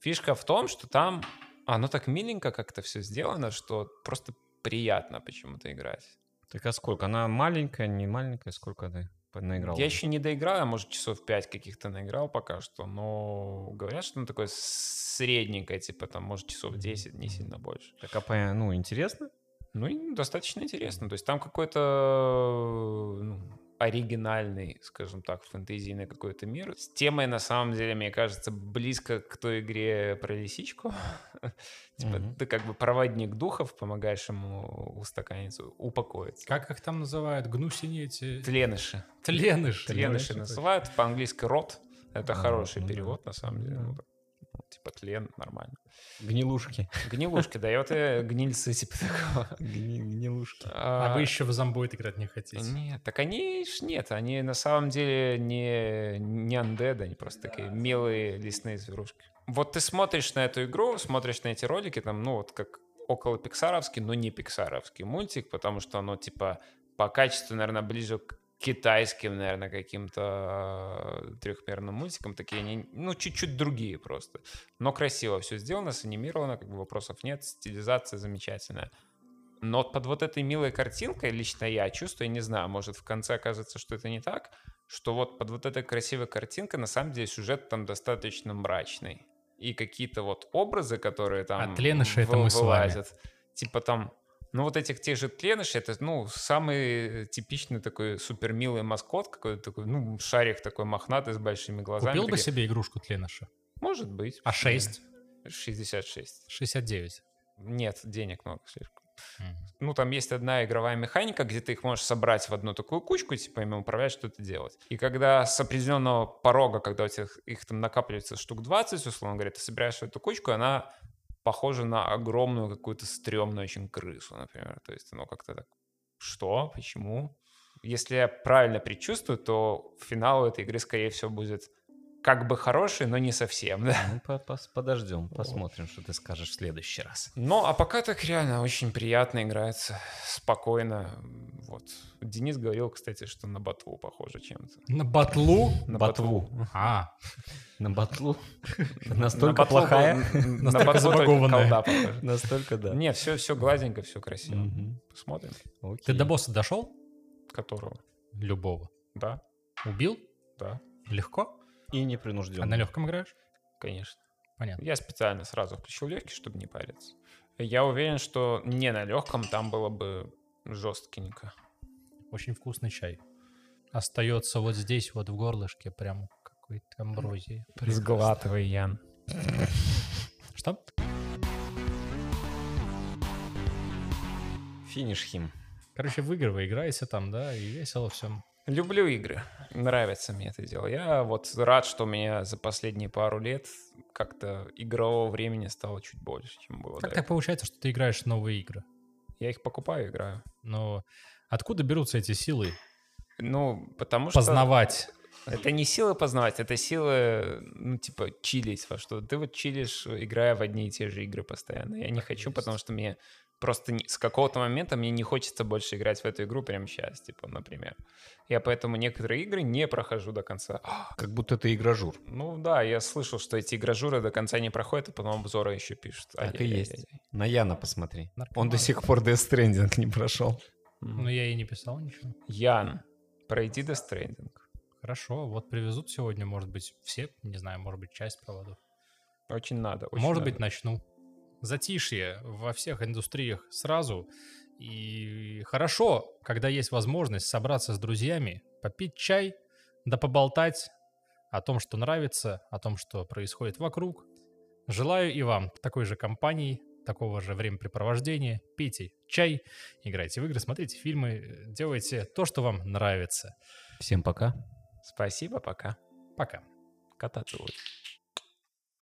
S3: Фишка в том, что там оно так миленько как-то все сделано, что просто приятно почему-то играть.
S2: Так а сколько? Она маленькая, не маленькая, сколько ты? Наиграл.
S3: Я еще не доиграл, я, может, часов 5 каких-то наиграл пока что, но говорят, что оно такое средненькое, типа там, может, часов 10, не сильно больше.
S2: Так, а по- ну, интересно?
S3: Ну, и достаточно интересно. То есть там какой-то ну, оригинальный, скажем так, фэнтезийный какой-то мир. С темой, на самом деле, мне кажется, близко к той игре про лисичку. [laughs] Типа
S2: Мгм.
S3: ты как бы проводник духов, помогаешь ему устаканиться, упокоиться.
S1: Как их там называют? Гнусини эти...
S3: Тленыши.
S1: Тленыши.
S3: Тленыши называют, по-английски рот. Это
S2: А,
S3: хороший
S2: ну да.
S3: перевод, на самом деле.
S2: Да.
S3: Ну, так, ну, Типа тлен, нормально.
S2: Гнилушки.
S3: Гнилушки дает и гнильцы, типа [laughs] такого.
S2: Гни- Гнилушки.
S1: А вы еще в зомбоид играть не хотите.
S3: Нет, так они ж нет, они на самом деле не, не undead, они просто такие милые лесные зверушки. Вот ты смотришь на эту игру, смотришь на эти ролики, там, ну, вот как около пиксаровский, но не пиксаровский мультик, потому что оно, типа, по качеству, наверное, ближе к китайским, наверное, каким-то э, трехмерным мультикам. Такие они, ну, чуть-чуть другие просто. Но красиво все сделано, санимировано, как бы вопросов нет, стилизация замечательная. Но вот под вот этой милой картинкой лично я чувствую, не знаю, может в конце окажется, что это не так, что вот под вот этой красивой картинкой на самом деле сюжет там достаточно мрачный. И какие-то вот образы, которые там
S1: А тленыши это мы с вами.
S3: вылазят. Типа там, ну вот этих тех же тленышей, это ну самый типичный такой супермилый маскот какой-то такой, ну шарик такой мохнатый с большими глазами.
S1: Купил бы
S3: Такие,
S1: себе игрушку Тленыша?
S3: Может быть.
S1: А 6?
S3: 66.
S1: 69.
S3: Нет, денег много слишком.
S1: Мгм.
S3: Ну, там есть одна игровая механика, где ты их можешь собрать в одну такую кучку, типа ими управлять, что-то делать. И когда с определенного порога, когда у тебя их, их там накапливается штук 20, условно говоря, ты собираешь эту кучку, и она похожа на огромную какую-то стрёмную очень крысу, например. То есть оно как-то так, что, почему? Если я правильно предчувствую, то финал у этой игры, скорее всего, будет как бы хороший, но не совсем, да.
S2: Ну, по- пос- подождем, посмотрим, что ты скажешь в следующий раз.
S3: Ну, а пока так реально очень приятно играется, спокойно. Вот. Денис говорил, кстати, что на ботву похоже чем-то.
S1: На батлу?
S3: На
S2: Ботву.
S1: А,
S2: На [laughs] батлу?
S3: На
S2: Настолько
S3: ботву-
S2: плохая? [laughs]
S3: На
S1: Настолько
S3: ботву только
S1: забагованная.
S3: колда похожа.
S2: Настолько, [laughs] да.
S3: Не, все, все гладенько, все красиво.
S2: Мгм.
S3: Посмотрим,
S1: ты
S2: Окей.
S1: до босса дошел?
S3: которого.
S1: Любого.
S3: Да,
S1: Убил?
S3: да,
S1: Легко?
S2: И
S1: А на
S2: непринужденно.
S1: легком играешь?
S3: конечно.
S1: Понятно.
S3: Я специально сразу включил легкий, чтобы не париться. Я уверен, что не на легком там было бы жестенько.
S1: Очень вкусный чай. Остается вот здесь, вот в горлышке, прям какой-то амброзии.
S3: Сглатывай, Ян.
S1: Что?
S2: Финиш хим.
S1: Короче, выигрывай, играйся там, да, и весело всем.
S3: Люблю игры. Нравится мне это дело. Я вот рад, что у меня за последние пару лет как-то игрового времени стало чуть больше, чем было.
S1: Как
S3: до
S1: так получается, что ты играешь в новые игры?
S3: этого. Я их покупаю, играю.
S1: Но откуда берутся эти силы
S3: Ну, потому что...
S1: познавать?
S3: Это не силы познавать, это силы, ну, типа, чилить во что. Ты вот чилишь, играя в одни и те же игры постоянно. Я не хочу,
S1: есть.
S3: потому что мне просто не- с какого-то момента мне не хочется больше играть в эту игру прямо сейчас, типа, например. Я поэтому некоторые игры не прохожу до конца.
S2: Как будто ты игражур.
S3: Ну да, я слышал, что эти игражуры до конца не проходят, и потом обзоры еще пишут.
S2: Так и
S3: Ай-яй-яй-яй.
S2: есть. На Яна посмотри. Он
S1: Наркоманы.
S2: до сих пор Death Stranding не прошел.
S1: Ну,
S3: Мгм.
S1: я и не писал ничего.
S3: Ян, пройди дестрендинг.
S1: Хорошо, вот привезут сегодня, может быть, все, не знаю, может быть, часть проводов.
S3: Очень надо. очень
S1: Может быть,
S3: надо.
S1: начну. Затишье во всех индустриях сразу. И хорошо, когда есть возможность собраться с друзьями, попить чай, да поболтать о том, что нравится, о том, что происходит вокруг. Желаю и вам такой же компании, такого же времяпрепровождения. Пейте чай, играйте в игры, смотрите фильмы, э, делайте то, что вам нравится.
S2: Всем пока.
S3: Спасибо, пока.
S1: Пока.
S3: Кота целую.